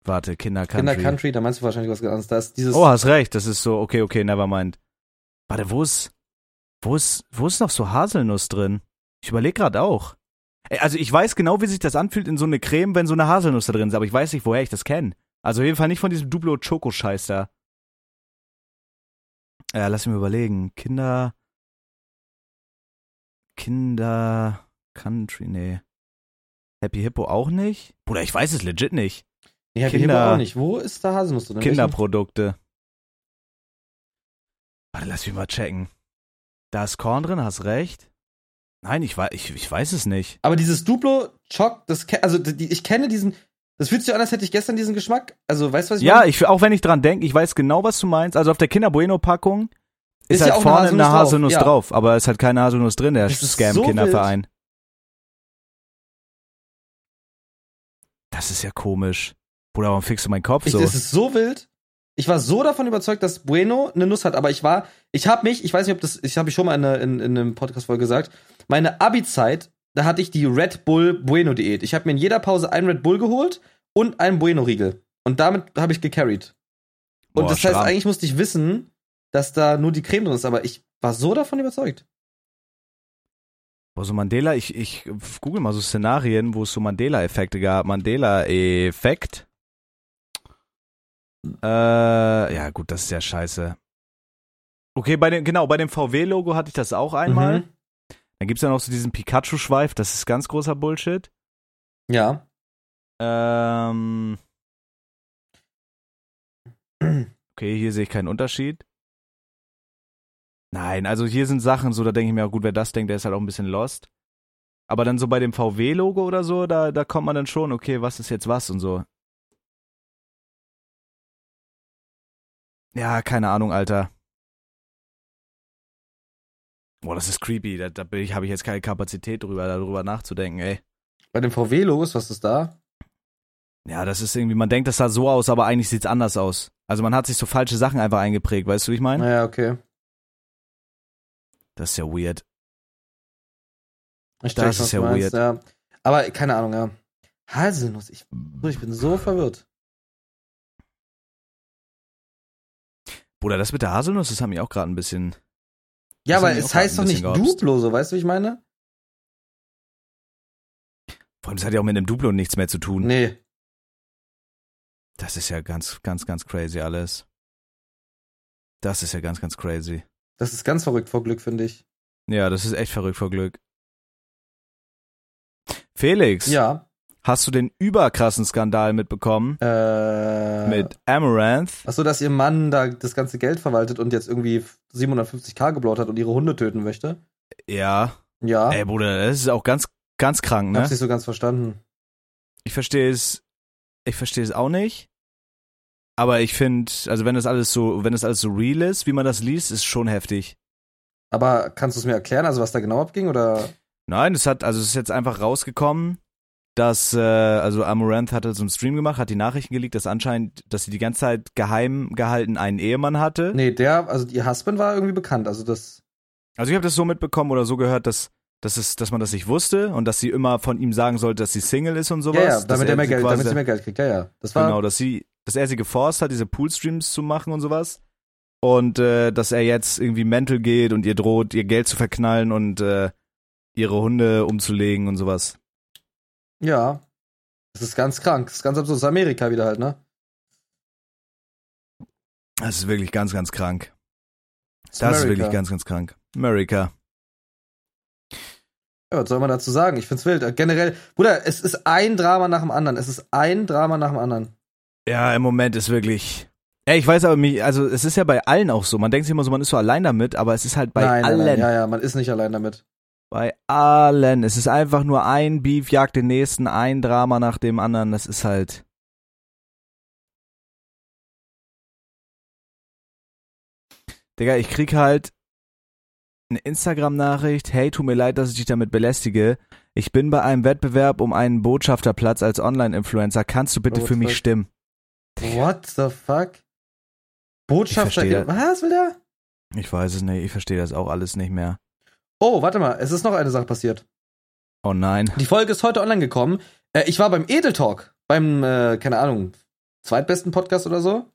warte, Kinder-Country. Kinder Country, da meinst du wahrscheinlich was ganz anderes. Da ist dieses. Oh, hast recht, das ist so, okay, okay, never mind. Warte, wo ist, wo ist, wo ist noch so Haselnuss drin? Ich überlege gerade auch. Ey, Also ich weiß genau, wie sich das anfühlt in so eine Creme, wenn so eine Haselnuss da drin ist, aber ich weiß nicht, woher ich das kenne. Also auf jeden Fall nicht von diesem Duplo Choco Scheiß da. Ja, lass mich mal überlegen. Kinder Kinder Country, nee. Happy Hippo auch nicht? Bruder, ich weiß es legit nicht. nee, Happy Kinder- Hippo auch nicht. Wo ist da Haselnuss drin? In welchem- Kinderprodukte. Warte, lass mich mal checken. Da ist Korn drin, hast recht. Nein, ich, wei- ich, ich weiß es nicht. Aber dieses Duplo Choc, das ke- also die, ich kenne diesen. Das fühlt sich so an, als hätte ich gestern diesen Geschmack. Also weißt du, was ich Ja, meine? ich, auch wenn ich dran denke, ich weiß genau, was du meinst. Also auf der Kinder Bueno-Packung ist, Ist ja halt auch eine vorne eine Haselnuss drauf, Haselnuss ja. drauf, aber es hat keine Haselnuss drin, der Das ist so Scam-Kinderverein. das ist ja komisch. Bruder, warum fickst du meinen Kopf Ich, so? Das ist so wild. Ich war so davon überzeugt, dass Bueno eine Nuss hat, aber ich war, ich habe mich, ich weiß nicht, ob das, ich habe ich schon mal in, einer- in, in einem Podcast vorher gesagt, meine Abi-Zeit, da hatte ich die Red Bull Bueno Diät. Ich habe mir in jeder Pause einen Red Bull geholt und einen Bueno Riegel und damit habe ich gecarried. Und Boah, das heißt, stramm. eigentlich musste ich wissen, dass da nur die Creme drin ist, aber ich war so davon überzeugt. Boah, so Mandela, ich, ich google mal so Szenarien, wo es so Mandela-Effekte gab. Mandela-Effekt. Äh, ja, gut, das ist ja scheiße. Okay, bei dem, genau, bei dem VW-Logo hatte ich das auch einmal. Mhm. Dann gibt's ja noch so diesen Pikachu-Schweif, das ist ganz großer Bullshit. Ja. [clears throat] Ähm, okay, hier sehe ich keinen Unterschied. Nein, also hier sind Sachen so, da denke ich mir, gut, wer das denkt, der ist halt auch ein bisschen lost. Aber dann so bei dem VW-Logo oder so, da, da kommt man dann schon, okay, was ist jetzt was und so. Ja, keine Ahnung, Alter. Boah, das ist creepy. Da, da bin ich- habe ich jetzt keine Kapazität drüber, darüber nachzudenken, ey. Bei dem VW-Logos, was ist da? Ja, das ist irgendwie, man denkt, das sah so aus, aber eigentlich sieht's anders aus. Also man hat sich so falsche Sachen einfach eingeprägt, weißt du, wie ich meine? Naja, okay. Das ist ja weird. Ich Das check, ist was ja du weird. meinst, Ja. Aber keine Ahnung, ja. Haselnuss, ich, ich bin so verwirrt. Bruder, das mit der Haselnuss, das hat mich auch gerade ein bisschen. Ja, Das aber hat mich es auch heißt doch ein nicht bisschen gehopst. Duplo, so, weißt du, wie ich meine? Vor allem, das hat ja auch mit dem Duplo nichts mehr zu tun. Nee. Das ist ja ganz, ganz, ganz crazy alles. Das ist ja ganz, ganz crazy. Das ist ganz verrückt vor Glück, finde ich. Ja, das ist echt verrückt vor Glück. Felix, Ja. hast du den überkrassen Skandal mitbekommen? Äh, Mit Amaranth? Achso, dass ihr Mann da das ganze Geld verwaltet und jetzt irgendwie 750k geblaut hat und ihre Hunde töten möchte. Ja. Ja. Ey, Bruder, das ist auch ganz, ganz krank, ne? Hab's nicht so ganz verstanden. ich verstehe es, ich verstehe es auch nicht. Aber ich finde, also wenn das alles so, wenn das alles so real ist, wie man das liest, ist schon heftig. Aber kannst du es mir erklären, also was da genau abging? Oder Nein, es hat, also es ist jetzt einfach rausgekommen, dass, äh, also Amaranth hatte so einen Stream gemacht, hat die Nachrichten geleakt, dass anscheinend, dass sie die ganze Zeit geheim gehalten einen Ehemann hatte. Nee, der, also ihr Husband war irgendwie bekannt. Also das. Also ich habe das so mitbekommen oder so gehört, dass, dass, es, dass man das nicht wusste und dass sie immer von ihm sagen sollte, dass sie Single ist und sowas. ja, ja, dass damit er mehr sie Geld, quasi- damit sie mehr Geld kriegt. Ja, ja. Das war. Genau, dass sie, dass er sie geforst hat, diese Poolstreams zu machen und sowas. Und äh, dass er jetzt irgendwie mental geht und ihr droht, ihr Geld zu verknallen und äh, ihre Hunde umzulegen und sowas. Ja. Das ist ganz krank. Das ist ganz absurd. Das ist Amerika wieder halt, ne? Das ist wirklich ganz, ganz krank. Das Das ist wirklich ganz, ganz krank. America. Ja, was soll man dazu sagen? Ich find's wild. Äh, Generell, Bruder, es ist ein Drama nach dem anderen. Es ist ein Drama nach dem anderen. Ja, im Moment ist wirklich. Ey, ich weiß aber, mich, also es ist ja bei allen auch so. Man denkt sich immer so, man ist so allein damit, aber es ist halt bei nein, allen. nein, nein. Ja, ja, man ist nicht allein damit. Bei allen. Es ist einfach nur ein Beef jagt den nächsten, ein Drama nach dem anderen. Das ist halt. Digga, ich krieg halt eine Instagram-Nachricht. Hey, tut mir leid, dass ich dich damit belästige. Ich bin bei einem Wettbewerb um einen Botschafterplatz als Online-Influencer. Kannst du bitte Oh, für mich fuck. stimmen? What the fuck? Botschafter. Ich verstehe. Was will der? Ich weiß es nicht. Ich verstehe das auch alles nicht mehr. Oh, warte mal. Es ist noch eine Sache passiert. Oh nein. Die Folge ist heute online gekommen. Äh, ich war beim Edel Talk. Beim, äh, keine Ahnung, zweitbesten Podcast oder so.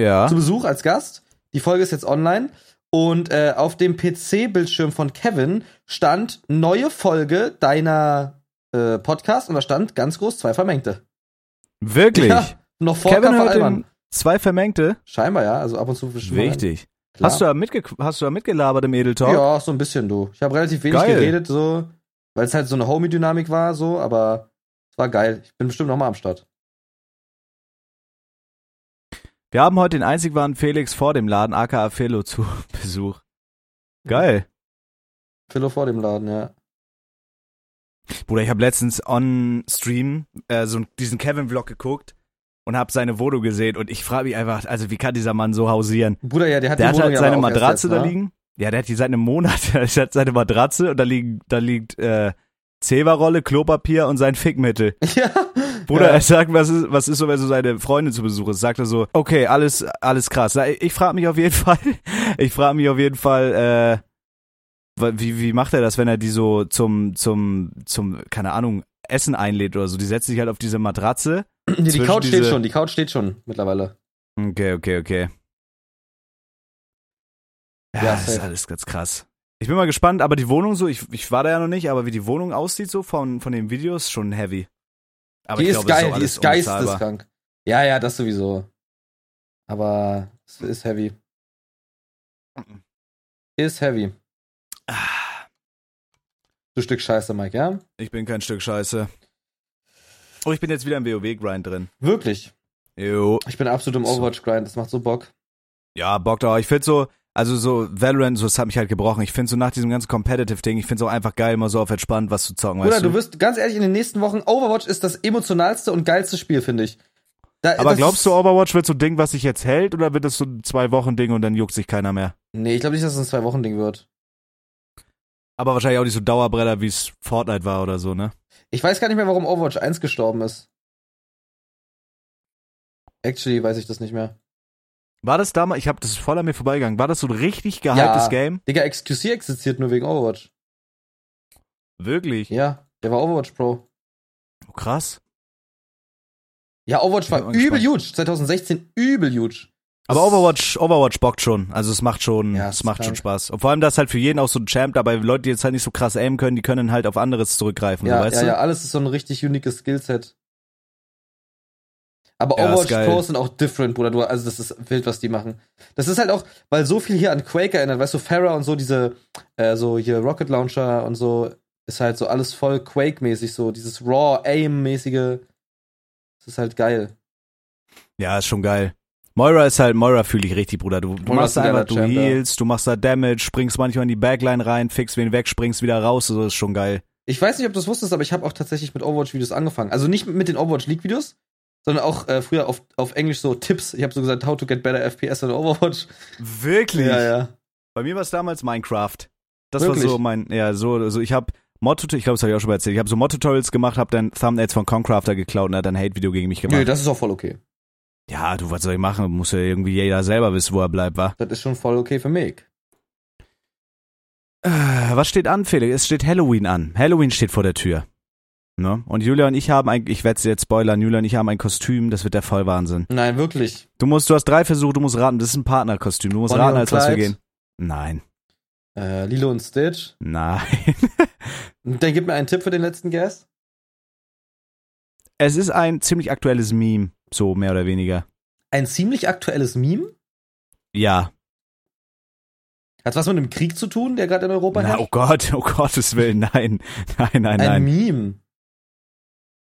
Ja. zu Besuch als Gast. Die Folge ist jetzt online. Und äh, auf dem PC-Bildschirm von Kevin stand neue Folge deiner äh, Podcast und da stand ganz groß zwei Vermengte. Wirklich? Ja, noch vor Kevin Kevin hört Allmann. den zwei Vermengte. Scheinbar ja, also ab und zu verschwimmt man Wichtig. ein. Klar. Hast du, da mitge hast du da mitgelabert im Edeltalk? Ja, so ein bisschen du. Ich habe relativ wenig Geil. geredet, so, weil es halt so eine Homie-Dynamik war, so, aber es war geil. Ich bin bestimmt nochmal am Start. Wir haben heute den einzig wahren Felix vor dem Laden, aka Philo, zu [laughs] Besuch. Geil. Philo vor dem Laden, ja. Bruder, ich habe letztens on Stream äh, so diesen Kevin-Vlog geguckt und habe seine Wohnung gesehen und ich frage mich einfach, also wie kann dieser Mann so hausieren? Bruder, ja, der hat Der die hat Wohnung halt ja aber seine auch erst Matratze jetzt, da ne? liegen. Ja, der hat die seit einem Monat. [laughs] Der hat seine Matratze und da, liegen, da liegt äh, Zewa-Rolle, Klopapier und sein Fickmittel. [laughs] Ja. Bruder, ja. er sagt, was ist, was ist so, wenn so seine Freundin zu Besuch ist? Sagt er so, okay, alles, alles krass. Na, Ich frage mich auf jeden [laughs] Fall, ich frage mich auf jeden Fall, äh, wa- wie, wie macht er das, wenn er die so zum, zum, zum, keine Ahnung, Essen einlädt oder so? Die setzt sich halt auf diese Matratze. Nee, die zwischen Couch steht diese- schon, die Couch steht schon mittlerweile. Okay, okay, okay. Ja, Ja, das ist safe. alles ganz krass. Ich bin mal gespannt, aber die Wohnung so, ich, ich war da ja noch nicht, aber wie die Wohnung aussieht so von, von den Videos, schon heavy. Aber die ich ist glaube, geil, auch die alles ist unbezahlbar. geisteskrank. Ja, ja, das sowieso. Aber es ist heavy. Mhm. Ist heavy. Ah, Du Stück Scheiße, Mike, ja? Ich bin kein Stück Scheiße. Oh, ich bin jetzt wieder im WoW-Grind drin. Wirklich. Jo. Ich bin absolut im So. Overwatch-Grind, das macht so Bock. Ja, Bock drauf. Ich finde so, also so Valorant, so, das hat mich halt gebrochen. Ich finde so nach diesem ganzen Competitive-Ding, ich finde es auch einfach geil, mal so auf entspannt was zu zocken, Oder weißt du wirst, ganz ehrlich, in den nächsten Wochen, Overwatch ist das emotionalste und geilste Spiel, finde ich. Da- Aber das glaubst ist- du, Overwatch wird so ein Ding, was sich jetzt hält, oder wird das so ein Zwei-Wochen-Ding und dann juckt sich keiner mehr? Nee, ich glaube nicht, dass es ein Zwei-Wochen-Ding wird. Aber wahrscheinlich auch nicht so Dauerbreller, wie es Fortnite war oder so, ne? Ich weiß gar nicht mehr, warum Overwatch 1 gestorben ist. Actually weiß ich das nicht mehr. War das damals, ich habe das ist voll an mir vorbeigegangen, war das so ein richtig gehyptes Ja. Game? Digga, XQC existiert nur wegen Overwatch. Wirklich? Ja, der war Overwatch Pro. Oh, krass. Ja, Overwatch Ich war bin übel huge. 2016 übel huge. Aber Overwatch, Overwatch bockt schon. Also es macht schon, Ja, es ist macht schon krank. Spaß. Und vor allem, dass halt für jeden auch so ein Champ dabei, Leute, die jetzt halt nicht so krass aimen können, die können halt auf anderes zurückgreifen, Ja, so, weißt ja, du? ja, alles ist so ein richtig uniques Skillset. Aber Ja, ist Overwatch geil. Pros sind auch different, Bruder. Du, also, das ist wild, was die machen. Das ist halt auch, weil so viel hier an Quake erinnert. Weißt du, Pharah und so, diese, äh, so hier Rocket Launcher und so, ist halt so alles voll Quake-mäßig, so dieses Raw-Aim-mäßige. Das ist halt geil. Ja, ist schon geil. Moira ist halt, Moira fühle ich richtig, Bruder. Du, du Moira machst ist ein einfach, geiler du Champ, ja. healst, du machst da Damage, springst manchmal in die Backline rein, fix wen weg, springst wieder raus, so ist schon geil. Ich weiß nicht, ob du es wusstest, aber ich habe auch tatsächlich mit Overwatch-Videos angefangen. Also nicht mit den Overwatch-League-Videos, sondern auch äh, früher auf, auf Englisch so Tipps. Ich habe so gesagt, how to get better FPS in Overwatch. Wirklich? ja. Bei mir war es damals Minecraft. Das war Wirklich? so mein, ja, so, so ich habe Mod, ich glaube, das habe ich auch schon mal erzählt. Ich habe so Mod-Tutorials gemacht, habe dann Thumbnails von Concrafter geklaut und er hat dann ein Hate-Video gegen mich gemacht. Nö, das ist auch voll okay. ja, du, was soll ich machen? Muss ja irgendwie jeder selber wissen, wo er bleibt, wa? Das ist schon voll okay für mich. Äh, Was steht an, Felix? Es steht Halloween an. Halloween steht vor der Tür. Ne? Und Julia und ich haben ein, ich werde es jetzt spoilern, Julia und ich haben ein Kostüm, das wird der Vollwahnsinn. Nein, wirklich. Du musst, du hast drei Versuche, du musst raten, das ist ein Partnerkostüm, du musst Bonnie raten, und als was wir Clyde. gehen. Nein, Äh, Lilo und Stitch. nein. [laughs] Dann gib mir einen Tipp für den letzten Guest. Es ist ein ziemlich aktuelles Meme, so mehr oder weniger. Ein ziemlich aktuelles Meme. Ja, Hat was mit einem Krieg zu tun, der gerade in Europa Na, oh Gott, oh Gottes Willen, nein, [laughs] nein, nein, Ein nein. Meme.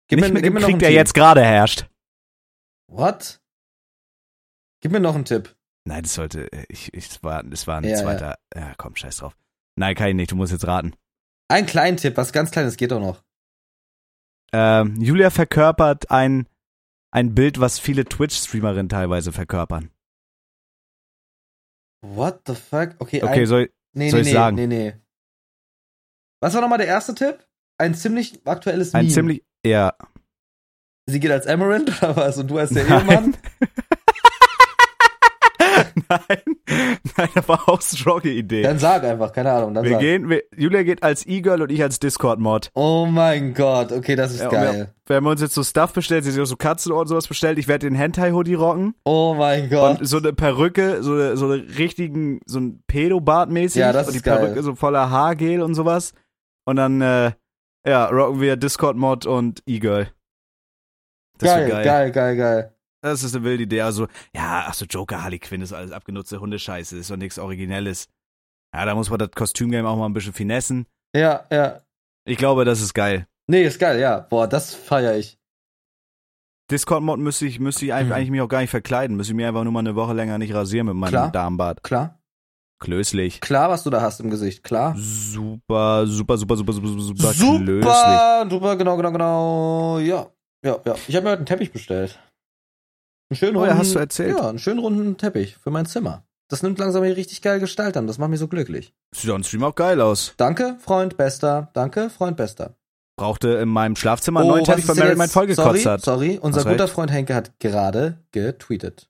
Gib Nicht mit gib dem noch Krieg, einen der Tipp. jetzt gerade herrscht. What? Gib mir noch einen Tipp. Nein, das sollte, äh, ich, ich, das war, das war ein Ja, zweiter, ja. komm, scheiß drauf. Nein, kann ich nicht, du musst jetzt raten. Einen kleinen Tipp, was ganz Kleines geht doch noch. Ähm, Julia verkörpert ein, ein Bild, was viele Twitch-Streamerinnen teilweise verkörpern. What the fuck? Okay, Okay, ein, soll, nee, soll nee, ich nee, sagen? nee, nee. Was war nochmal der erste Tipp? Ein ziemlich aktuelles ein Meme. ziemlich, ja. Sie geht als Emerald [laughs] oder was? Und du als der Ehemann? [laughs] Nein. nein, [laughs] nein, das war auch strong Idee. Dann sag einfach, keine Ahnung. Dann wir sag. gehen, wir, Julia geht als E-Girl und ich als Discord-Mod. Oh mein Gott, okay, das ist Ja, und geil. Wir haben uns jetzt so Stuff bestellt, sie hat sich auch so Katzen und sowas bestellt. Ich werde den Hentai-Hoodie rocken Oh mein Gott. und so eine Perücke, so eine, so eine richtigen, so ein Pedobart mäßig. Ja, das und ist die geil. Perücke so voller Haargel und sowas. Und dann, äh, ja, rocken wir Discord-Mod und E-Girl. Das geil, wird geil, geil, geil, Das ist eine wilde Idee. Also, ja, ach so Joker, Harley Quinn ist alles abgenutzte Hundescheiße, ist doch nichts Originelles. Ja, da muss man das Kostümgame auch mal ein bisschen finessen. Ja, ja. Ich glaube, das ist geil. Nee, ist geil, ja. Boah, das feiere ich. Discord-Mod müsste ich, müsste ich eigentlich, Mhm. eigentlich mich auch gar nicht verkleiden. Müsste ich mir einfach nur mal eine Woche länger nicht rasieren mit meinem Klar. Darmbart. Klar. Klößlich. Klar, was du da hast im Gesicht. Klar. Super, super, super, super, super, super, klößlich. Super, super, genau, genau, genau. Ja, ja, ja. Ich habe mir heute einen Teppich bestellt. Einen schönen Oh ja, runden, hast du erzählt. Ja, einen schönen runden Teppich für mein Zimmer. Das nimmt langsam hier richtig geile Gestalt an. Das macht mich so glücklich. Sieht doch im Stream auch geil aus. Danke, Freund Bester. Danke, Freund Bester. Brauchte in meinem Schlafzimmer einen Oh, neuen was Teppich, ist weil denn Mary mein jetzt? voll gekotzt sorry, hat. Sorry, unser Hast recht. guter Freund Henke hat gerade getweetet.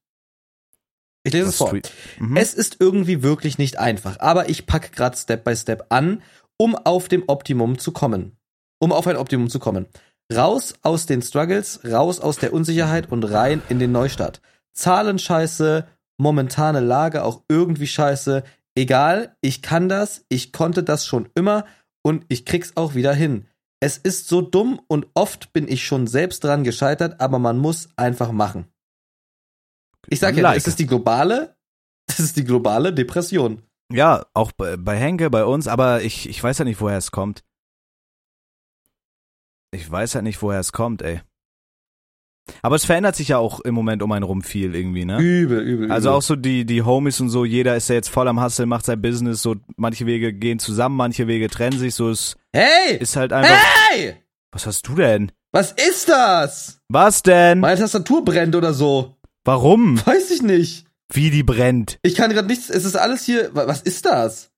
Ich lese Das es vor. Tweet- Mhm. Es ist irgendwie wirklich nicht einfach, aber ich packe gerade Step by Step an, um auf dem Optimum zu kommen. Um auf ein Optimum zu kommen. Raus aus den Struggles, raus aus der Unsicherheit und rein in den Neustart. Zahlenscheiße, momentane Lage auch irgendwie scheiße. egal, ich kann das, ich konnte das schon immer und ich krieg's auch wieder hin. Es ist so dumm und oft bin ich schon selbst dran gescheitert, aber man muss einfach machen. Ich sag ja, Like. das ist die globale, [laughs] das ist die globale Depression. Ja, auch bei, bei Henke, bei uns, aber ich, ich weiß ja nicht, woher es kommt. Ich weiß ja nicht, woher es kommt, ey. Aber es verändert sich ja auch im Moment um einen rum viel irgendwie, ne? Übel, übel, übel. Also auch so die, die Homies und so, jeder ist ja jetzt voll am Hustle, macht sein Business, so manche Wege gehen zusammen, manche Wege trennen sich, so es Hey! ist halt einfach. Hey! Was hast du denn? Was ist das? Was denn? Meine Tastatur brennt oder so. Warum? Weiß ich nicht. Wie die brennt? Ich kann gerade nichts. Es ist alles hier. wa- Was ist das?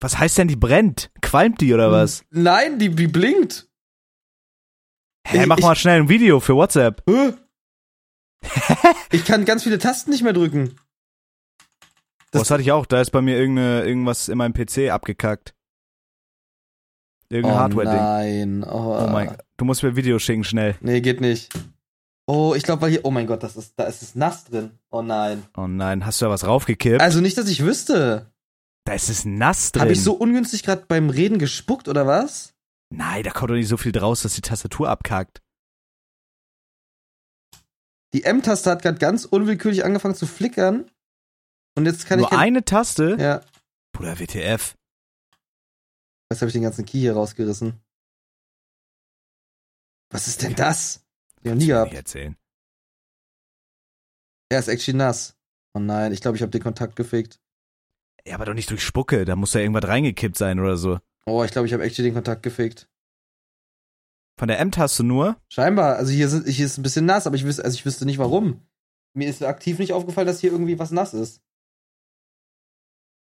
Was heißt denn die brennt? Qualmt die oder Hm. was? Nein, die, die blinkt. Hä, Ich- mach ich- mal schnell ein Video für WhatsApp. [laughs] Hä? ich kann ganz viele Tasten nicht mehr Das, drücken. Das- Oh, das hatte ich auch. Da ist bei mir irgende, irgendwas in meinem PC abgekackt. Irgendein Hardware-Ding. Oh Nein. Oh, äh, Oh mein Gott. Du musst mir Videos schicken, schnell. Nee, geht nicht. Oh, ich glaube, weil hier. Oh mein Gott, das ist, da ist es nass drin. Oh nein. Oh nein, hast du da was raufgekippt? Also nicht, dass ich wüsste. da ist es nass drin. Habe ich so ungünstig gerade beim Reden gespuckt oder was? Nein, da kommt doch nicht so viel draus, dass die Tastatur abkackt. Die M-Taste hat gerade ganz unwillkürlich angefangen zu flickern. Und jetzt kann Nur ich. kein- eine Taste? Ja. Bruder, WTF. Jetzt habe ich den ganzen Key hier rausgerissen. Was ist denn das? Kannst Ich hab nie du mir nicht gehabt. erzählen. Er ist actually nass. Oh nein, ich glaube, ich habe den Kontakt gefickt. Ja, aber doch nicht durch Spucke. Da muss ja irgendwas reingekippt sein oder so. Oh, ich glaube, ich habe actually den Kontakt gefickt. Von der M-Taste nur? Scheinbar, also hier, sind, hier ist ein bisschen nass, aber ich, wüs also ich wüsste nicht warum. Mir ist aktiv nicht aufgefallen, dass hier irgendwie was nass ist.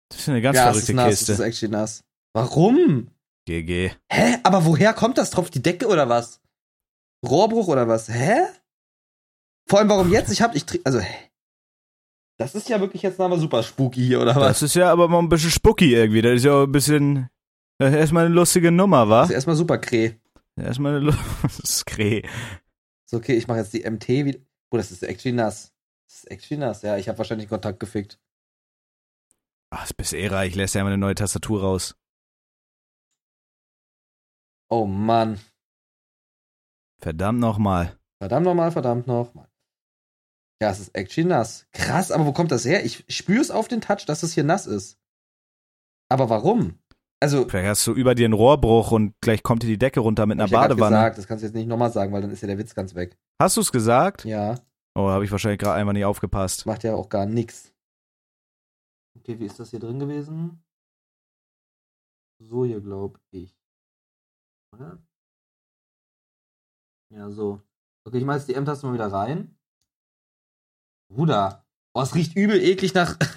Das ist eine ganz ja, es ist verrückte nass, es ist Kiste. actually nass. Warum? GG. Hä? Aber woher kommt das? Tropft die Decke oder was? Rohrbruch oder was? Hä? Vor allem, warum jetzt? Ich hab, ich, tr- also, hä? Das ist ja wirklich jetzt nochmal super spooky hier, oder was? Das ist ja aber mal ein bisschen spucky irgendwie. Das ist ja ein bisschen. Das ist erstmal eine lustige Nummer, wa? Das ist Also erstmal super Kree. Erstmal [laughs] eine Skree. So, okay, ich mache jetzt die MT wieder. Oh, das ist actually nass. Das ist actually nass. Ja, ich habe wahrscheinlich den Kontakt gefickt. Ach, das bist eh reich, lässt ja immer eine neue Tastatur raus. Oh Mann. Verdammt nochmal. Verdammt nochmal, verdammt nochmal. Ja, es ist actually nass. Krass, aber wo kommt das her? Ich spüre es auf den Touch, dass es hier nass ist. Aber warum? Also, Vielleicht hast du über dir einen Rohrbruch und gleich kommt dir die Decke runter mit einer hab ich ja grad Badewanne. gesagt, das kannst du jetzt nicht nochmal sagen, weil dann ist ja der Witz ganz weg. Hast du es gesagt? Ja, Oh, habe ich wahrscheinlich gerade einfach nicht aufgepasst. macht ja auch gar nichts. Okay, wie ist das hier drin gewesen? So hier, glaube ich. Oder? Ja, so. Okay, ich mache jetzt die M-Taste mal wieder rein. Bruder. Oh, es riecht übel eklig nach. [laughs]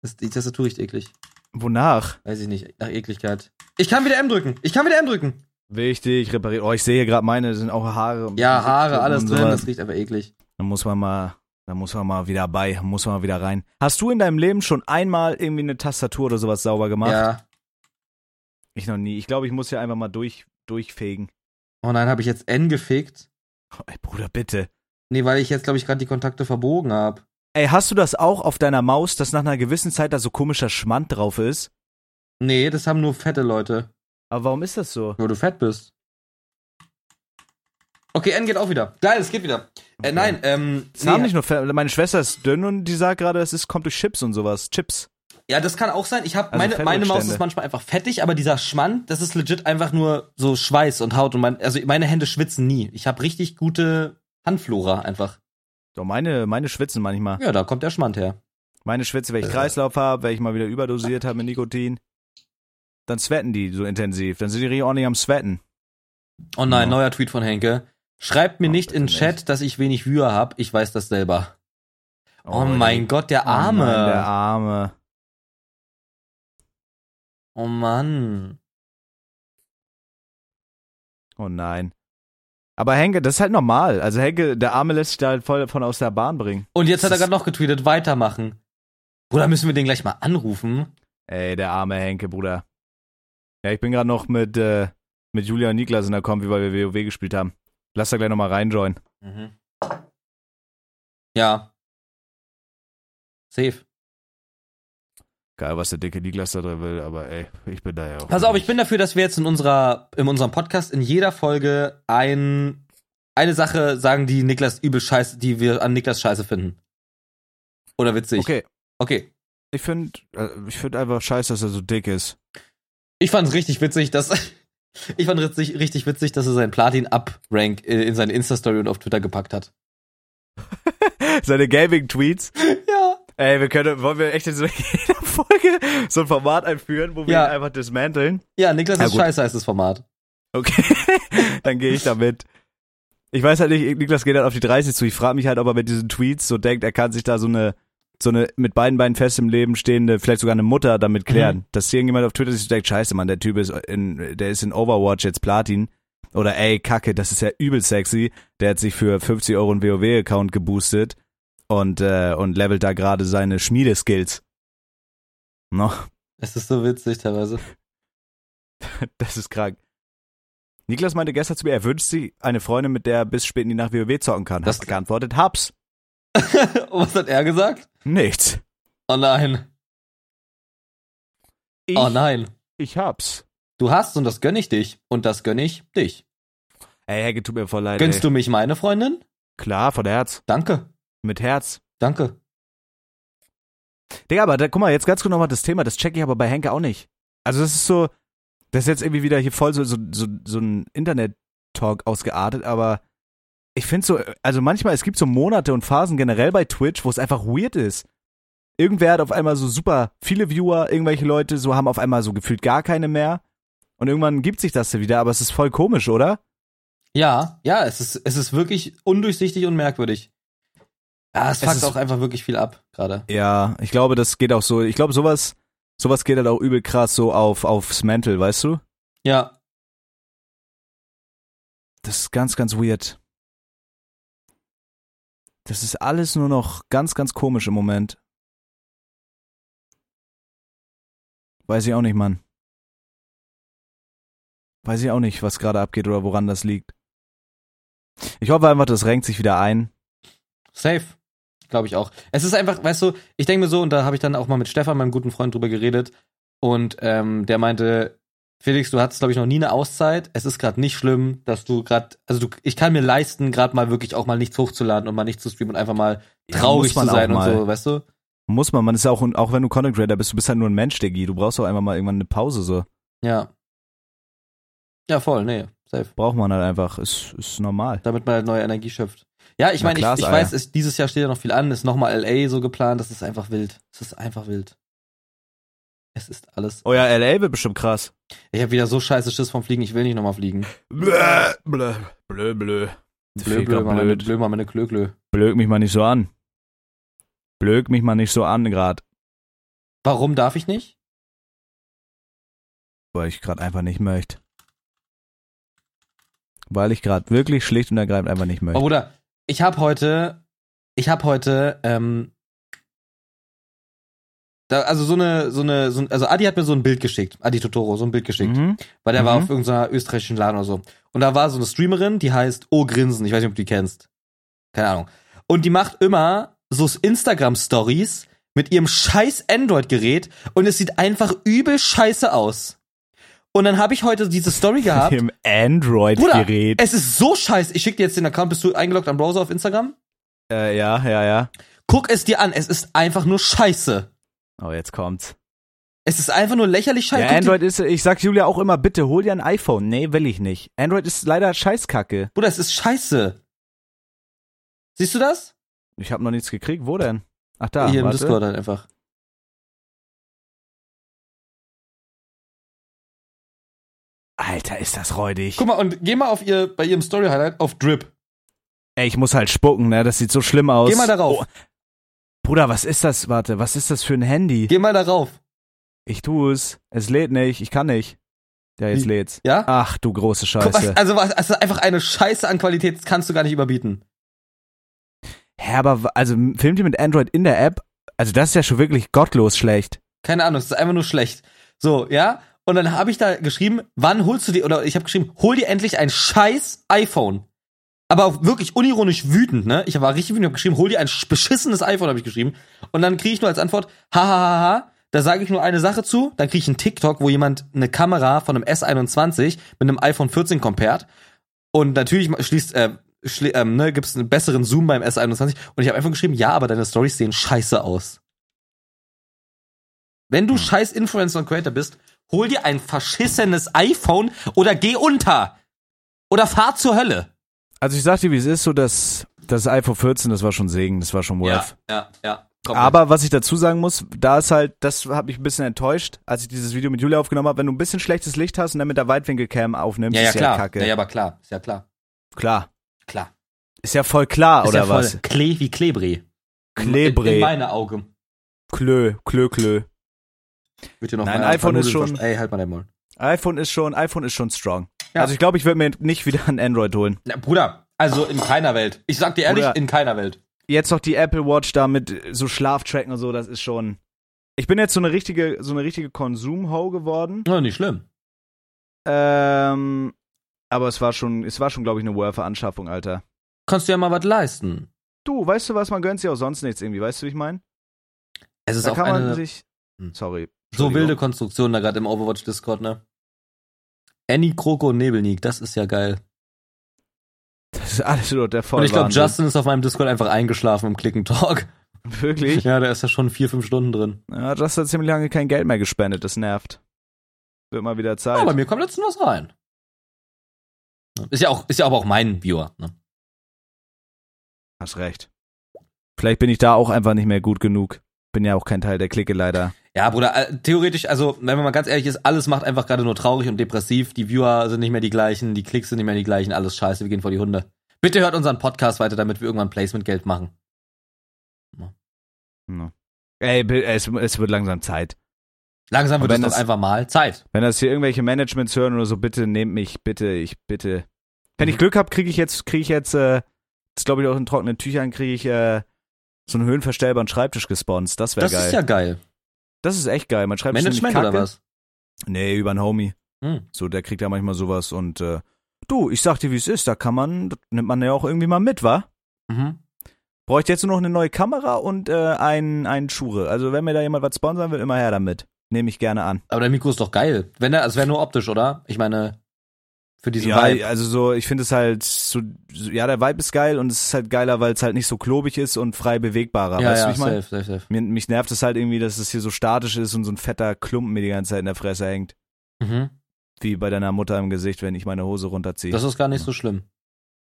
Das, die Tastatur riecht eklig. Wonach? Weiß ich nicht, nach Ekligkeit. Ich kann wieder M drücken. Ich kann wieder M drücken. Wichtig, repariert. Oh, ich sehe hier gerade meine, das sind auch Haare. und Ja, Haare, Schuppen alles und drin. sowas. Das riecht aber eklig. Da muss man mal, da muss man mal wieder bei, muss man mal wieder rein. Hast du in deinem Leben schon einmal irgendwie eine Tastatur oder sowas sauber gemacht? Ja. Ich noch nie. Ich glaube, ich muss hier einfach mal durch, durchfegen. Oh nein, habe ich jetzt N gefickt? Oh, [laughs] ey, Bruder, bitte. Nee, weil ich jetzt, glaube ich, gerade die Kontakte verbogen habe. Ey, hast du das auch auf deiner Maus, dass nach einer gewissen Zeit da so komischer Schmand drauf ist? Nee, das haben nur fette Leute. Aber warum ist das so? Nur du fett bist. Okay, N geht auch wieder. Geil, es geht wieder. Äh, nein, ähm. Das haben nee, nicht nur Fer meine Schwester ist dünn und die sagt gerade, es ist kommt durch Chips und sowas. Chips. ja, das kann auch sein. Ich habe Also meine, meine Maus Fettrückstände. ist manchmal einfach fettig, aber dieser Schmand, das ist legit einfach nur so Schweiß und Haut und mein, also meine Hände schwitzen nie. Ich habe richtig gute Handflora einfach. Doch meine meine schwitzen manchmal. Ja, da kommt der Schmand her. Meine schwitze, wenn ich Äh. Kreislauf habe, wenn ich mal wieder überdosiert habe mit Nikotin, dann sweaten die so intensiv, dann sind die richtig ordentlich am sweaten. Oh nein, Ja. neuer Tweet von Henke. Schreibt mir Oh, nicht Genau. in bitte Chat, dass ich wenig Wühe habe. Ich weiß das selber. Oh, mein Gott, der Arme. Oh nein, der Arme. Oh Mann. Oh nein. Aber Henke, das ist halt normal. Also Henke, der Arme lässt sich da halt voll von aus der Bahn bringen. Und jetzt hat er Das ist- gerade noch getweetet, weitermachen. Bruder, müssen wir den gleich mal anrufen? Ey, der arme Henke, Bruder. Ja, ich bin gerade noch mit, äh, mit Julia und Niklas in der Kombi, weil wir WoW gespielt haben. Lass da gleich nochmal reinjoinen. Ja. Safe. Geil, was der dicke Niklas da drin will, aber ey, ich bin da ja auch. Pass auf, ich bin dafür, dass wir jetzt in unserer, in unserem Podcast in jeder Folge ein, eine Sache sagen, die Niklas übel scheiße, die wir an Niklas scheiße finden. Oder witzig. Okay, äh, Okay. Ich finde ich find einfach scheiße, dass er so dick ist. Ich fand's richtig witzig, dass, [laughs] ich fand richtig, richtig witzig, dass er seinen Platin-Up-Rank äh, in in seine Insta-Story und auf Twitter gepackt hat. [laughs] seine Gaming-Tweets. Ja. Ey, wir können, wollen wir echt [laughs] in so jeder Folge so ein Format einführen, wo wir Ja. ihn einfach dismanteln? Ja, Niklas Ja, ist gut. scheiße, heißt das Format. Okay, [laughs] dann gehe ich damit. Ich weiß halt nicht, Niklas geht halt auf die 30 zu. Ich frage mich halt, ob er mit diesen Tweets so denkt, er kann sich da so eine, so eine mit beiden Beinen fest im Leben stehende, vielleicht sogar eine Mutter damit klären. Dass irgendjemand auf Twitter sich so denkt, scheiße, Mann, der Typ ist in, der ist in Overwatch jetzt Platin. Oder ey, Kacke, das ist ja übel sexy. Der hat sich für 50 Euro einen WoW-Account geboostet und, äh, und levelt da gerade seine Schmiedeskills. Noch. Es ist so witzig teilweise. [laughs] Das ist krank. Niklas meinte gestern zu mir, er wünscht sich eine Freundin, mit der er bis spät in die Nacht WoW zocken kann. Das- Hab geantwortet, hab's. Und was hat er gesagt? Nichts. Oh nein. Ich, Oh nein. ich hab's. Du hast und das gönne ich dich. Und das gönne ich dich. Ey, Hecke, tut mir voll leid. Gönnst ey. du mich meine Freundin? Klar, von Herz. Danke. Mit Herz. Danke. Digga, aber da, guck mal, jetzt ganz genau mal das Thema, das check ich aber bei Henke auch nicht. Also das ist so, das ist jetzt irgendwie wieder hier voll so, so, so, so ein Internet-Talk ausgeartet, aber ich finde so, also manchmal, es gibt so Monate und Phasen generell bei Twitch, wo es einfach weird ist. Irgendwer hat auf einmal so super viele Viewer, irgendwelche Leute so haben auf einmal so gefühlt gar keine mehr. Und irgendwann gibt sich das wieder, aber es ist voll komisch, oder? Ja, ja, es ist, es ist wirklich undurchsichtig und merkwürdig. Ja, es Es fuckt ist- auch einfach wirklich viel ab, gerade. Ja, ich glaube, das geht auch so. Ich glaube, sowas, sowas geht halt auch übel krass so auf, aufs Mental, weißt du? Ja, Das ist ganz, ganz weird. Das ist alles nur noch ganz, ganz komisch im Moment. Weiß ich auch nicht, Mann. Weiß ich auch nicht, was gerade abgeht oder woran das liegt. Ich hoffe einfach, das renkt sich wieder ein. safe. Glaube ich auch. Es ist einfach, weißt du, ich denke mir so, und da habe ich dann auch mal mit Stefan, meinem guten Freund, drüber geredet. Und ähm, der meinte, Felix, du hattest, glaube ich, noch nie eine Auszeit. Es ist gerade nicht schlimm, dass du gerade, also du, ich kann mir leisten, gerade mal wirklich auch mal nichts hochzuladen und mal nichts zu streamen und einfach mal Ja, traurig muss man zu sein auch und mal. so, weißt du? Muss man, man ist ja auch, auch wenn du Content Creator bist, du bist halt nur ein Mensch, Diggi. Du brauchst auch einfach mal irgendwann eine Pause, so. Ja. Ja, voll, nee, safe. Braucht man halt einfach, ist, ist normal. damit man halt neue Energie schöpft. Ja, ich Na meine, ich, klar, ich Seier. weiß, es, dieses Jahr steht ja noch viel an, ist nochmal LA so geplant, das ist einfach wild. Es ist einfach wild. Es ist alles. Euer LA wird bestimmt krass. Ich habe wieder so scheiße Schiss vom Fliegen, ich will nicht nochmal fliegen. Blö, blö, blö, blö. Äh. Blö, blö, mal meine, blö, mal meine Klöklö. Blöd mich mal nicht so an. Blöd mich mal nicht so an gerade, Warum darf ich nicht? weil ich gerade einfach nicht möchte. Weil ich gerade wirklich schlicht und ergreifend einfach nicht Oh, möchte. Bruder, ich habe heute, ich habe heute, ähm, da, also so eine, so eine, so ein, also Adi hat mir so ein Bild geschickt, Adi Totoro, so ein Bild geschickt. Mhm. Weil der war Mhm. auf irgendeiner österreichischen Laden oder so. Und da war so eine Streamerin, die heißt Oh Grinsen. Ich weiß nicht, ob du die kennst. Keine Ahnung. Und die macht immer so Instagram-Stories mit ihrem scheiß Android-Gerät und es sieht einfach übel scheiße aus. Und dann habe ich heute diese Story gehabt. Im Bruder, Android-Gerät. es ist so scheiße. Ich schicke dir jetzt den Account. Bist du eingeloggt am Browser auf Instagram? Äh, ja, ja, ja. Guck es dir an. Es ist einfach nur scheiße. Oh, jetzt kommt's. Es ist einfach nur lächerlich scheiße. Ja, Guck dir- Android ist, ich sag Julia auch immer, bitte hol dir ein iPhone. Nee, will ich nicht. Android ist leider Scheißkacke. Bruder, es ist scheiße. Siehst du das? Ich habe noch nichts gekriegt. Wo denn? Ach da, Hier im warte. Discord halt einfach. Alter, ist das räudig. Guck mal, und geh mal auf ihr, bei ihrem Story-Highlight auf Drip. Ey, ich muss halt spucken, ne? Das sieht so schlimm aus. Geh mal darauf. Oh, Bruder, was ist das? Warte, was ist das für ein Handy? Geh mal darauf. Ich tu es. Es lädt nicht. Ich kann nicht. Ja, jetzt Wie? lädt's. Ja? Ach du große Guck, was, Ah, Scheiße. also, was, also einfach eine Scheiße an Qualität, das kannst du gar nicht überbieten. Hä, aber wa- also m- filmt ihr mit Android in der App? Also das ist ja schon wirklich gottlos schlecht. Keine Ahnung, es ist einfach nur schlecht. So, ja? Und dann habe ich da geschrieben, wann holst du dir, oder ich habe geschrieben, hol dir endlich ein scheiß iPhone. Aber auch wirklich unironisch wütend, ne? Ich war richtig wütend, hab geschrieben, hol dir ein sch- beschissenes iPhone, habe ich geschrieben. Und dann kriege ich nur als Antwort, hahaha, Da sage ich nur eine Sache zu, dann kriege ich einen TikTok, wo jemand eine Kamera von einem S21 mit einem iPhone 14 compared. Und natürlich schließt, äh, schli ähm, ne, gibt es einen besseren Zoom beim S21. Und ich habe einfach geschrieben, ja, aber deine Stories sehen scheiße aus. Wenn du scheiß Influencer und Creator bist, hol dir ein verschissenes iPhone oder geh unter. Oder fahr zur Hölle. Also ich sag dir, wie es ist, so dass das iPhone 14, das war schon Segen, das war schon worth. ja, ja. Aber was ich dazu sagen muss, da ist halt, das hat mich ein bisschen enttäuscht, als ich dieses Video mit Julia aufgenommen habe, wenn du ein bisschen schlechtes Licht hast und dann mit der Weitwinkelcam aufnimmst, ja, ja, ist ja klar. kacke. Ja, ja, aber klar. Ist ja klar. Klar. Klar. Ist ja voll klar, ist oder ja voll was? Klee wie Klebri. Klebri. In, in meine Augen. Klö, klö, klö. Wird dir noch Nein, mal ein iPhone paar ist Nudeln schon- versch- Ey, halt mal dein Maul. iPhone ist schon, iPhone ist schon strong. Ja. Also ich glaube, ich würde mir nicht wieder ein Android holen. Na, Bruder, also in keiner Welt. Ich sag dir ehrlich, Bruder. in keiner Welt. Jetzt noch die Apple Watch da mit äh, so Schlaftracken und so, das ist schon. Ich bin jetzt so eine richtige, so eine richtige Konsum-Ho geworden. Ja, nicht schlimm. Ähm, aber es war schon, es war schon, glaube ich, eine worth Anschaffung, Alter. Kannst du ja mal was leisten. Du, weißt du was, man gönnt sich auch sonst nichts irgendwie, weißt du, wie ich meine? Es ist Da auch kann man eine sich. Hm. Sorry. so wilde Entschuldigung. Konstruktion da gerade im Overwatch-Discord, ne? Annie, Kroko und Nebelnik, das ist ja geil. [laughs] Das ist alles nur der Voll und ich glaube, Wahnsinn. Justin ist auf meinem Discord einfach eingeschlafen im Click and Talk. Wirklich? Ja, da ist ja schon vier, fünf Stunden drin. Ja, Justin hat ziemlich lange kein Geld mehr gespendet, das nervt. Wird mal wieder Zeit. Aber bei mir kommt letztens was rein. Ist ja auch, ist ja aber auch mein Viewer, ne? Hast recht. Vielleicht bin ich da auch einfach nicht mehr gut genug. Bin ja auch kein Teil der Clique leider. Ja, Bruder, äh, theoretisch, also, wenn man mal ganz ehrlich ist, alles macht einfach gerade nur traurig und depressiv. Die Viewer sind nicht mehr die gleichen, die Klicks sind nicht mehr die gleichen, alles scheiße, wir gehen vor die Hunde. Bitte hört unseren Podcast weiter, damit wir irgendwann Placement-Geld machen. No. Ey, Bill, es, es wird langsam Zeit. Langsam wird Aber es wenn doch das- einfach mal Zeit. Wenn das hier irgendwelche Managements hören oder so, bitte nehmt mich, bitte, ich bitte. Wenn ich Mhm. Glück habe, kriege ich jetzt, kriege ich jetzt, äh, das glaube ich auch in trockenen Tüchern, kriege ich äh, so einen höhenverstellbaren Schreibtisch gesponsert. Das wäre Das geil. ist ja geil. das ist echt geil. Mein Schreibtisch ist Management nämlich oder kacke. was? Nee, über einen Homie. Hm. So, der kriegt ja manchmal sowas und äh, du, ich sag dir, wie es ist, da kann man, das nimmt man ja auch irgendwie mal mit, wa? Mhm. Bräuchte jetzt nur noch eine neue Kamera und äh, einen, einen Schure. Also wenn mir da jemand was sponsern will, immer her damit. Nehme ich gerne an. Aber der Mikro ist doch geil. Wenn er, also es wäre nur optisch, oder? Ich meine, für diesen ja, Vibe. also so, ich finde es halt so, so, ja, der Vibe ist geil und es ist halt geiler, weil es halt nicht so klobig ist und frei bewegbarer. weißt du, wie ich meine? safe, safe, safe. Mir- Mich nervt es halt irgendwie, dass es hier so statisch ist und so ein fetter Klumpen mir die ganze Zeit in der Fresse hängt. Mhm. Wie bei deiner Mutter im Gesicht, wenn ich meine Hose runterziehe. Das ist gar nicht so schlimm.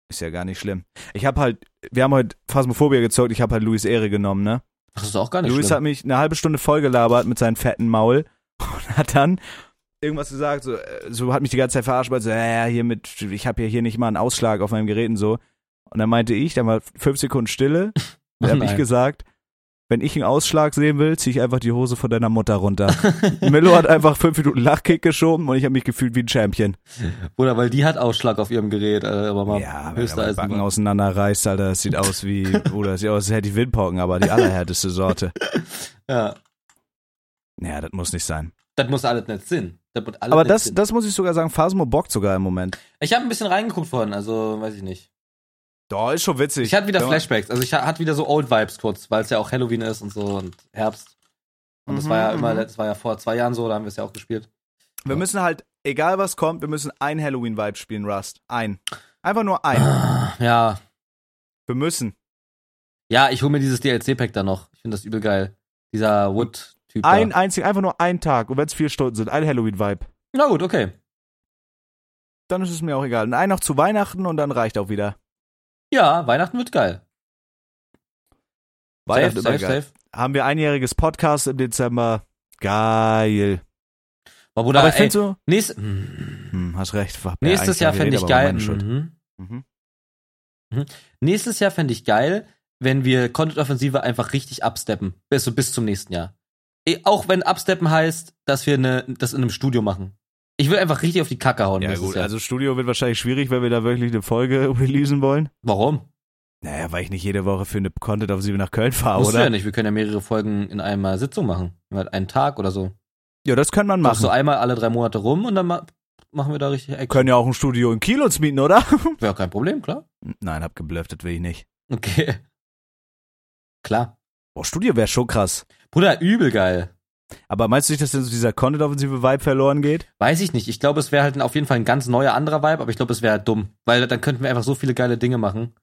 ist ja gar nicht schlimm. Ich habe halt, wir haben heute Phasmophobia gezockt, ich habe halt Luis Ehre genommen, ne? Das ist auch gar nicht Luis schlimm. hat mich eine halbe Stunde vollgelabert mit seinem fetten Maul [laughs] und hat dann irgendwas gesagt, so, äh, so hat mich die ganze Zeit verarscht, weil so, ja, ja, hier mit, ich habe ja hier nicht mal einen Ausschlag auf meinem Gerät und so. Und dann meinte ich, dann war fünf Sekunden Stille, [laughs] dann Oh habe ich nein. gesagt, wenn ich einen Ausschlag sehen will, zieh ich einfach die Hose von deiner Mutter [laughs] runter. Milo hat einfach fünf Minuten Lachkick geschoben und ich habe mich gefühlt wie ein Champion. Oder weil die hat Ausschlag auf ihrem Gerät, äh, aber mal ja, wenn höchster der als Backen auseinanderreißt, Alter, das [laughs] sieht aus wie, oder das sieht aus, als hätte ich Windpocken, aber die allerhärteste Sorte. Ja, Naja, das muss nicht sein. das muss alles nicht Sinn. Das muss alles Aber nicht das, Sinn. das muss ich sogar sagen, Phasmo bockt sogar im Moment. ich habe ein bisschen reingeguckt vorhin, also weiß ich nicht. Doch, ist schon witzig. Ich hatte wieder Wenn man- Flashbacks, also ich ha- hatte wieder so Old Vibes kurz, weil es ja auch Halloween ist und so und Herbst. Und das Mhm, war ja immer, mhm. das war ja vor zwei Jahren so, da haben wir es ja auch gespielt. Wir müssen halt, egal was kommt, wir müssen ein Halloween-Vibe spielen, Rust. Ein. Einfach nur Ah. ein. Ja, Wir müssen. ja, ich hole mir dieses DLC-Pack da noch. Ich finde das übel geil. Dieser Wood-Typ. Ein da. einzig, einfach nur ein Tag. Und wenn es vier Stunden sind, ein Halloween-Vibe. Na gut, okay. Dann ist es mir auch egal. Und ein noch zu Weihnachten und dann reicht auch wieder. Ja, Weihnachten wird geil. Weihnachten safe, immer safe, geil. safe. Haben wir einjähriges Podcast im Dezember. Geil. Aber Bruder, Aber ich ey, finde so, nächst, hm, hast recht. war- nächstes eigentlich Jahr war fände Rede, ich aber war geil. meine Schuld. Mhm. Mhm. Nächstes Jahr fände ich geil, wenn wir Content-Offensive einfach richtig absteppen. Bis, bis zum nächsten Jahr. Eh, Auch wenn absteppen heißt, dass wir ne, das in einem Studio machen. Ich will einfach richtig auf die Kacke hauen. Ja nächstes gut, Jahr. also Studio wird wahrscheinlich schwierig, wenn wir da wirklich eine Folge [laughs] releasen wollen. Warum? Naja, weil ich nicht jede Woche für eine Content-Offensive nach Köln fahre, Musst du ja oder? nicht. Wir können ja mehrere Folgen in einer Sitzung machen. Halt Einen Tag oder so. Ja, das kann man Machst machen. du einmal alle drei Monate rum und dann ma machen wir da richtig Action. Können ja auch ein Studio in Kiel uns mieten, oder? [laughs] Wäre kein Problem, klar. Nein, hab geblufft, das will ich nicht. Okay. [laughs] Klar. Boah, Studio wäre schon krass. Bruder, übel geil. Aber meinst du nicht, dass dann so dieser Content-offensive Vibe verloren geht? Weiß ich nicht. Ich glaube, es wäre halt ein- auf jeden Fall ein ganz neuer anderer Vibe, aber ich glaube, es wäre halt dumm. Weil dann könnten wir einfach so viele geile Dinge machen.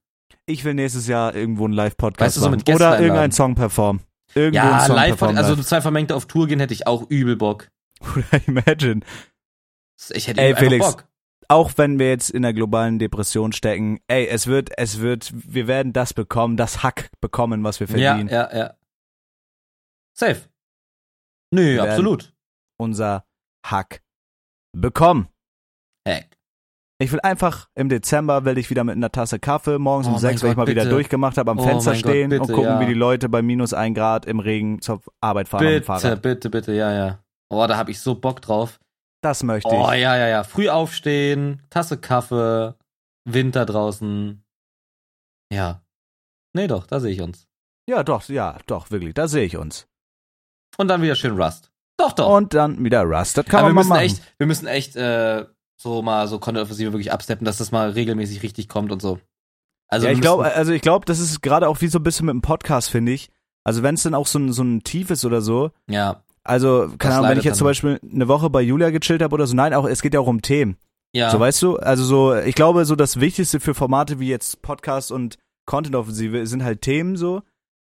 Ich will nächstes Jahr irgendwo einen Live-Podcast Weißt du, so machen. mit Gästen Oder einladen. irgendeinen Song performen. Irgendwo einen Ja, Song live, performen [laughs] also zwei Vermengte auf Tour gehen hätte ich auch übel Bock. Oder imagine. Ich hätte Ey, einfach Felix. Bock. Auch wenn wir jetzt in der globalen Depression stecken, ey, es wird, es wird, wir werden das bekommen, das Hack bekommen, was wir Ja, verdienen. ja, ja. Safe. Nö, werden- absolut. Unser Hack bekommen. Heck. Ich will einfach im Dezember will ich wieder mit einer Tasse Kaffee morgens Oh um sechs, mein wenn ich mal Gott, wieder bitte. durchgemacht habe, am Oh Fenster mein Gott, stehen und bitte, gucken, ja. wie die Leute bei minus ein Grad im Regen zur Arbeit fahren mit dem Bitte, Fahrrad. bitte, bitte, ja, ja. Oh, da habe ich so Bock drauf. Das möchte ich. Oh, ja, ja, ja. Früh aufstehen, Tasse Kaffee, Winter draußen. Ja. Nee, doch, da sehe ich uns. Ja, doch, ja, doch, wirklich. Da sehe ich uns. Und dann wieder schön Rust. Doch, doch. Und dann wieder Rust. Das kann Aber wir man mal müssen machen. echt, wir müssen echt äh, so mal so Content-Offensive wirklich absteppen, dass das mal regelmäßig richtig kommt und so. Also ja, wir ich glaube, müssen- also ich glaube, das ist gerade auch wie so ein bisschen mit dem Podcast, finde ich. Also wenn es dann auch so ein, so ein Tief ist oder so, ja, also, keine Ahnung, wenn leidet ich jetzt zum dann. Beispiel eine Woche bei Julia gechillt habe oder so, nein, auch es geht ja auch um Themen. ja. So weißt du? Also so, ich glaube, so das Wichtigste für Formate wie jetzt Podcast und Content-Offensive sind halt Themen so.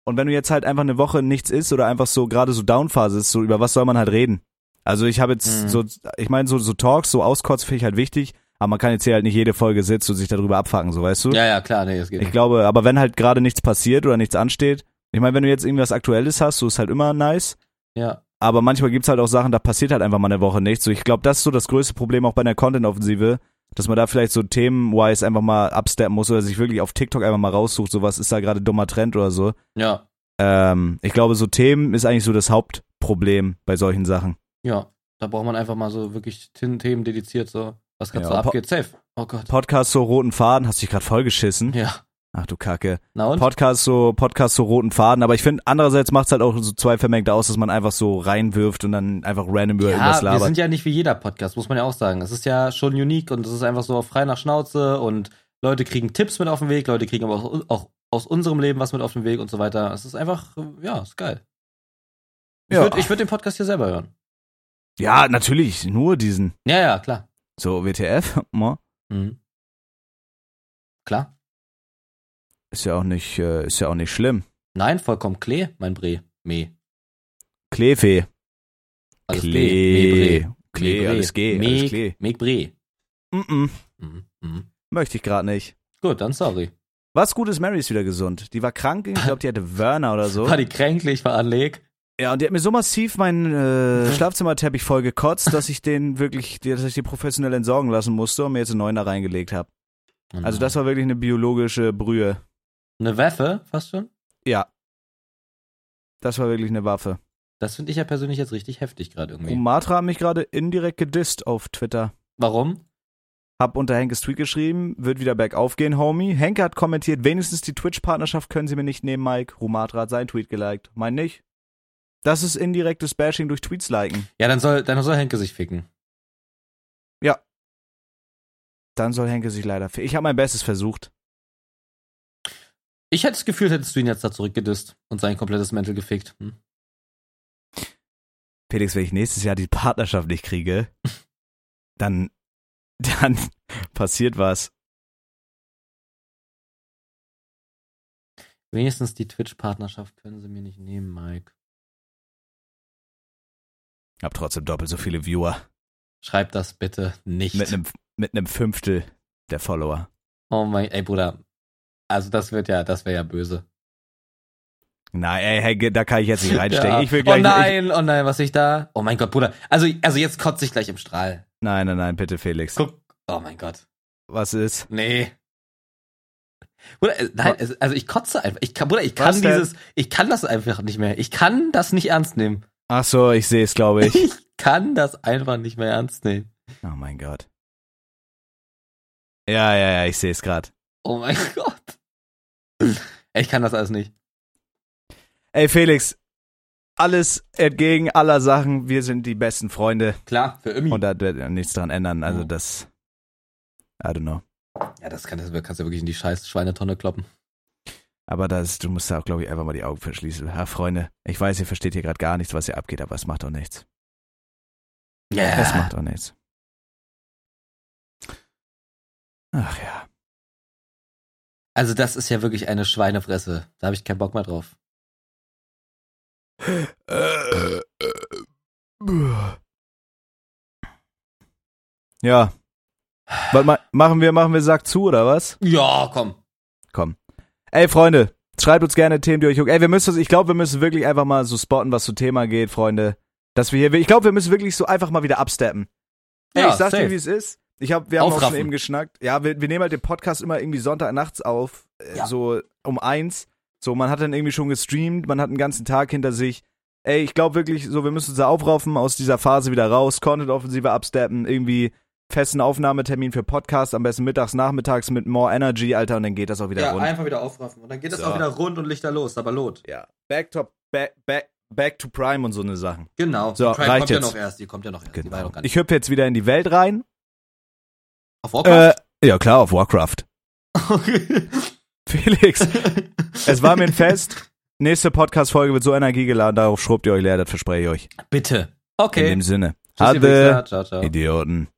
Und wenn du jetzt halt einfach eine Woche nichts isst oder einfach so gerade so Downphase ist, so über was soll man halt reden? Also ich habe jetzt Mhm. so, ich meine, so, so Talks, so Auskotz finde ich halt wichtig, aber man kann jetzt hier halt nicht jede Folge sitzen und sich darüber abfacken, so weißt du? ja, ja, klar, nee, es geht. Ich glaube, aber wenn halt gerade nichts passiert oder nichts ansteht, ich meine, wenn du jetzt irgendwas Aktuelles hast, so ist halt immer nice. ja. Aber manchmal gibt's halt auch Sachen, da passiert halt einfach mal eine Woche nichts. So, ich glaube, das ist so das größte Problem auch bei einer Content-Offensive, dass man da vielleicht so themen-wise einfach mal absteppen muss oder sich wirklich auf TikTok einfach mal raussucht, so was ist da gerade dummer Trend oder so. Ja. Ähm, ich glaube, so Themen ist eigentlich so das Hauptproblem bei solchen Sachen. Ja, da braucht man einfach mal so wirklich Tin- Themen dediziert, so was gerade Ja, so Po- abgeht. Safe. Oh Gott. Podcast so roten Faden, hast du dich gerade vollgeschissen? Ja. Ach du Kacke. Na und? Podcast so Podcast so roten Faden, aber ich finde andererseits macht's halt auch so zwei vermengte aus, dass man einfach so reinwirft und dann einfach random über ja, irgendwas wir labert. sind ja nicht wie jeder Podcast, muss man ja auch sagen. Es ist ja schon unique und es ist einfach so auf frei nach Schnauze und Leute kriegen Tipps mit auf den Weg, Leute kriegen aber auch, auch aus unserem Leben was mit auf den Weg und so weiter. Es ist einfach, äh, ja, ist geil. Ich Ja. würd- ich würde würd den Podcast hier selber hören. Ja, natürlich, nur diesen Ja, ja, klar. so WTF, [laughs] mo. Mhm. Klar. ist ja auch nicht äh, ist ja auch nicht schlimm. Nein, vollkommen Klee, mein Bre. Meh. Kleefee. Alles Klee. Klee. Klee, alles G, alles Klee. Meg Bre. Mm -mm, Mhm. Mhm. möchte ich gerade nicht. Gut, dann sorry. Was gut ist, Mary ist wieder gesund. Die war krank, ich glaube, die hatte Werner oder so. War die kränklich, war anleg. Ja, und die hat mir so massiv meinen äh, Schlafzimmerteppich voll gekotzt, dass ich den wirklich, dass ich die professionell entsorgen lassen musste und mir jetzt einen neuen da reingelegt habe. Also Mhm. das war wirklich eine biologische Brühe. eine Waffe, fast schon. Ja. Das war wirklich eine Waffe. Das finde ich ja persönlich jetzt richtig heftig gerade irgendwie. Umatra hat mich gerade indirekt gedisst auf Twitter. Warum? Hab unter Henkes Tweet geschrieben, wird wieder bergauf gehen, Homie. Henke hat kommentiert, wenigstens die Twitch-Partnerschaft können sie mir nicht nehmen, Mike. Rumatra hat seinen Tweet geliked. Mein nicht. Das ist indirektes Bashing durch Tweets liken. Ja, dann soll, dann soll Henke sich ficken. Dann soll Henke sich leider... fe- Ich habe mein Bestes versucht. Ich hätte das Gefühl, hättest du ihn jetzt da zurückgedisst und sein komplettes Mantel gefickt. Hm? Felix, wenn ich nächstes Jahr die Partnerschaft nicht kriege, [laughs] dann... Dann passiert was. Wenigstens die Twitch-Partnerschaft können sie mir nicht nehmen, Mike. Hab trotzdem doppelt so viele Viewer. Schreib das bitte nicht. Mit einem, mit einem Fünftel der Follower. oh mein, ey Bruder. Also das wird ja, das wäre ja böse. Nein, ey, Henke, da kann ich [laughs] jetzt nicht reinstecken. Ja. Ich will gleich. oh nein, oh nein, was ich da? Oh mein Gott, Bruder. Also, also jetzt kotze ich gleich im Strahl. Ich, nein, nein, nein, bitte, Felix. Guck. Oh mein Gott. Was ist? Nee. Bruder, äh, nein, es- also ich kotze einfach. Ich kann, Bruder, ich Was kann denn? dieses, ich kann das einfach nicht mehr. Ich kann das nicht ernst nehmen. Ach so, ich sehe es, glaube ich. Ich kann das einfach nicht mehr ernst nehmen. [laughs] oh mein Gott. Ja, ja, ja, ich sehe es gerade. Oh mein [laughs] Gott. Ich kann das alles nicht. Ey, Felix, alles entgegen aller Sachen. Wir sind die besten Freunde Klar, für immer. und da wird nichts dran ändern. Also Mhm. das. I don't know. Ja, das, kann, das kannst du wirklich in die scheiß Schweinetonne kloppen. Aber das, du musst da auch, glaube ich, einfach mal die Augen verschließen. Ja, Freunde, ich weiß, ihr versteht hier gerade gar nichts, was hier abgeht, aber es macht doch nichts. Es macht auch nichts. Ach ja. Also das ist ja wirklich eine Schweinefresse. Da habe ich keinen Bock mehr drauf. Äh, Ja. Was ma machen wir, machen wir Sack zu, oder was? Ja, komm. Ey, Freunde, schreibt uns gerne Themen, die euch jucken. Ey, wir müssen, uns- ich glaube, wir müssen wirklich einfach mal so spotten, was zu Thema geht, Freunde. Dass wir hier, ich glaube, wir müssen wirklich so einfach mal wieder absteppen. Ey, Ja, ich sag dir, safe. wie es ist. Ich hab, wir haben auch schon Aufraffen. eben geschnackt. Ja, wir, wir nehmen halt den Podcast immer irgendwie Sonntagnachts auf, äh, Ja. so um eins. So, man hat dann irgendwie schon gestreamt, man hat einen ganzen Tag hinter sich. Ey, ich glaube wirklich, so, wir müssen uns da aufraffen, aus dieser Phase wieder raus, Content-Offensive absteppen, irgendwie festen Aufnahmetermin für Podcast, am besten mittags, nachmittags mit more Energy, Alter, und dann geht das auch wieder ja, rund. einfach wieder aufraffen. Und dann geht das So. auch wieder rund und lichterlos, aber lot. Ja, back to, back, back, back to Prime und so eine Sachen. Genau. So, Die Prime reicht jetzt. kommt Genau. ja noch erst, die kommt ja noch erst. Die war ja noch gar nicht. Oh Ich hüpfe jetzt wieder in die Welt rein. Auf Warcraft? Äh, ja, klar, auf Warcraft. [laughs] [laughs] okay. Felix, es war mir ein Fest. Nächste Podcast-Folge wird so Energie geladen, darauf schrubbt ihr euch leer, das verspreche ich euch. Bitte. In Okay. dem Sinne. Tschüss, ihr Wichser. Hatte Ciao, ciao. Idioten.